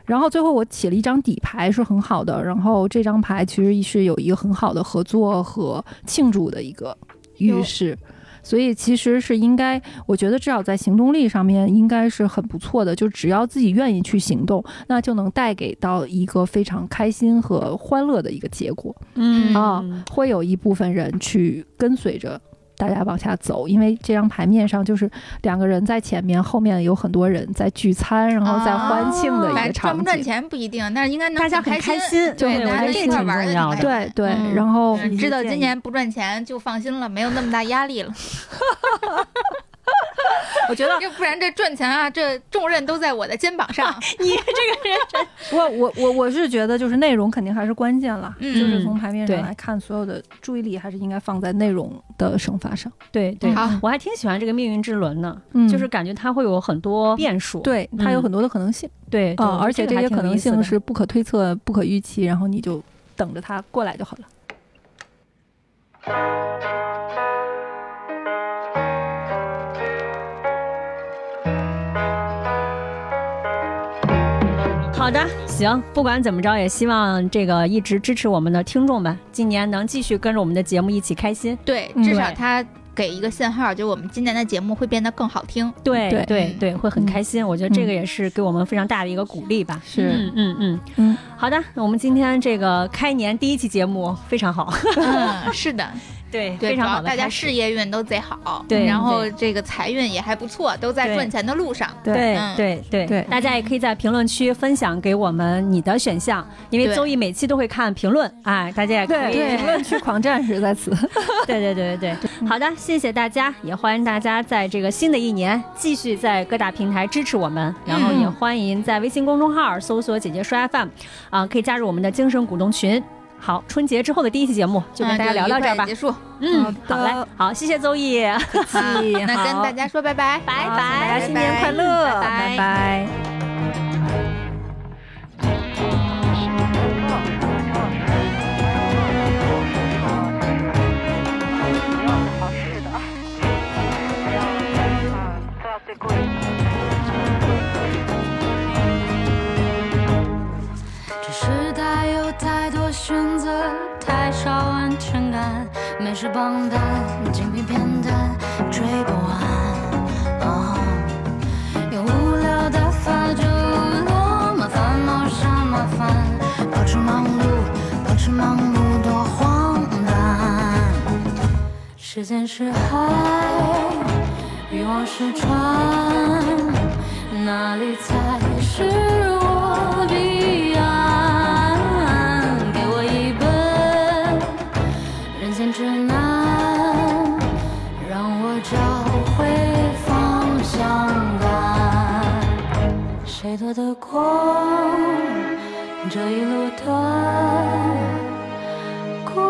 然后最后我起了一张底牌是很好的，然后这张牌其实是有一个很好的合作和庆祝的一个预示，所以其实是应该，我觉得至少在行动力上面应该是很不错的，就只要自己愿意去行动，那就能带给到一个非常开心和欢乐的一个结果
嗯
啊、会有一部分人去跟随着。大家往下走，因为这张牌面上就是两个人在前面，后面有很多人在聚餐，然后在欢庆的
反
一个
哦
正
场
赚
景。
不赚钱不一定，但是应该能
大家
很
很开
心。
心，
就
对，
很
大家
开
这
心
块
挺
玩的
重要的
对对，
嗯
然后
嗯
知道
建
今
议
年不赚钱就放心了，没有那么大压力了。
我觉得，
要不然 这赚钱啊，这重任都在我的肩膀上。
不过我我我是觉得，就是内容肯定还是关键了，
嗯
就是从牌面上
对
来看，所有的注意力还是应该放在内容的生发上。
对对，
好，
嗯我还挺喜欢这个命运之轮的，
嗯
就是感觉它会有很多变数，
对它有
嗯
很多的可能性
对对
啊，而且
这
这
个还
些
挺
可
有
能
意思的
性是不可推测、不可预期，然后你就等着它过来就好了。
好的，行，不管怎么着，也希望这个一直支持我们的听众们，今年能继续跟着我们的节目一起开心。
对，
嗯
至少
对
他给一个信号，就是我们今年的节目会变得更 好听。
对
对
对对，会很开心。我觉得这个
嗯
也是给我们非常大的一个鼓励吧。
是，
嗯嗯嗯
嗯，
好的，那我们今天这个开年第一期节目非常 好，
嗯，是的，
对，
对，
非
主
常
要
好的
大
开始，
家事业运都贼好，
对
然后
对
这个财运也还不错，都在
对
赚钱的路上。
对
嗯
对对
对
大家也可以在评论区分享给我们你的选项，因为
对
邹毅每期都会看评论，哎，大家也可
对
以
评论区狂战士在此，
对对对对对，好的，谢谢大家，也欢迎大家在这个新的一年继续在各大平台支持我们，然后也欢迎在微信公众号搜索“姐姐说 FM”，啊、可以加入我们的精神股东群。好，春节之后的第一期节目就跟
嗯
大家聊到这儿吧
就愉快地结。束，
嗯，
好
好
的
嘞，好，谢谢邹毅，
好
嗯
那跟大家说拜拜，
拜
好
拜，
大家新年快乐，
拜拜
拜拜
好吃的啊，啊，都要最贵的。
这时代有太多选择，太少安全感，美食榜单，精品片段追不完。哦，有无聊打发就多麻烦，冒啥麻烦，保持忙碌，保持忙碌多荒诞。时间是啊海，欲望是船。哪里才是我彼岸？给我一本人间指南，让我找回方向感。谁躲得过这一路的孤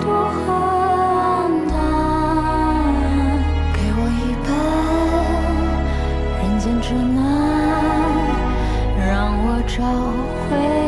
独和黯淡？给我一本。人间指南，让我找回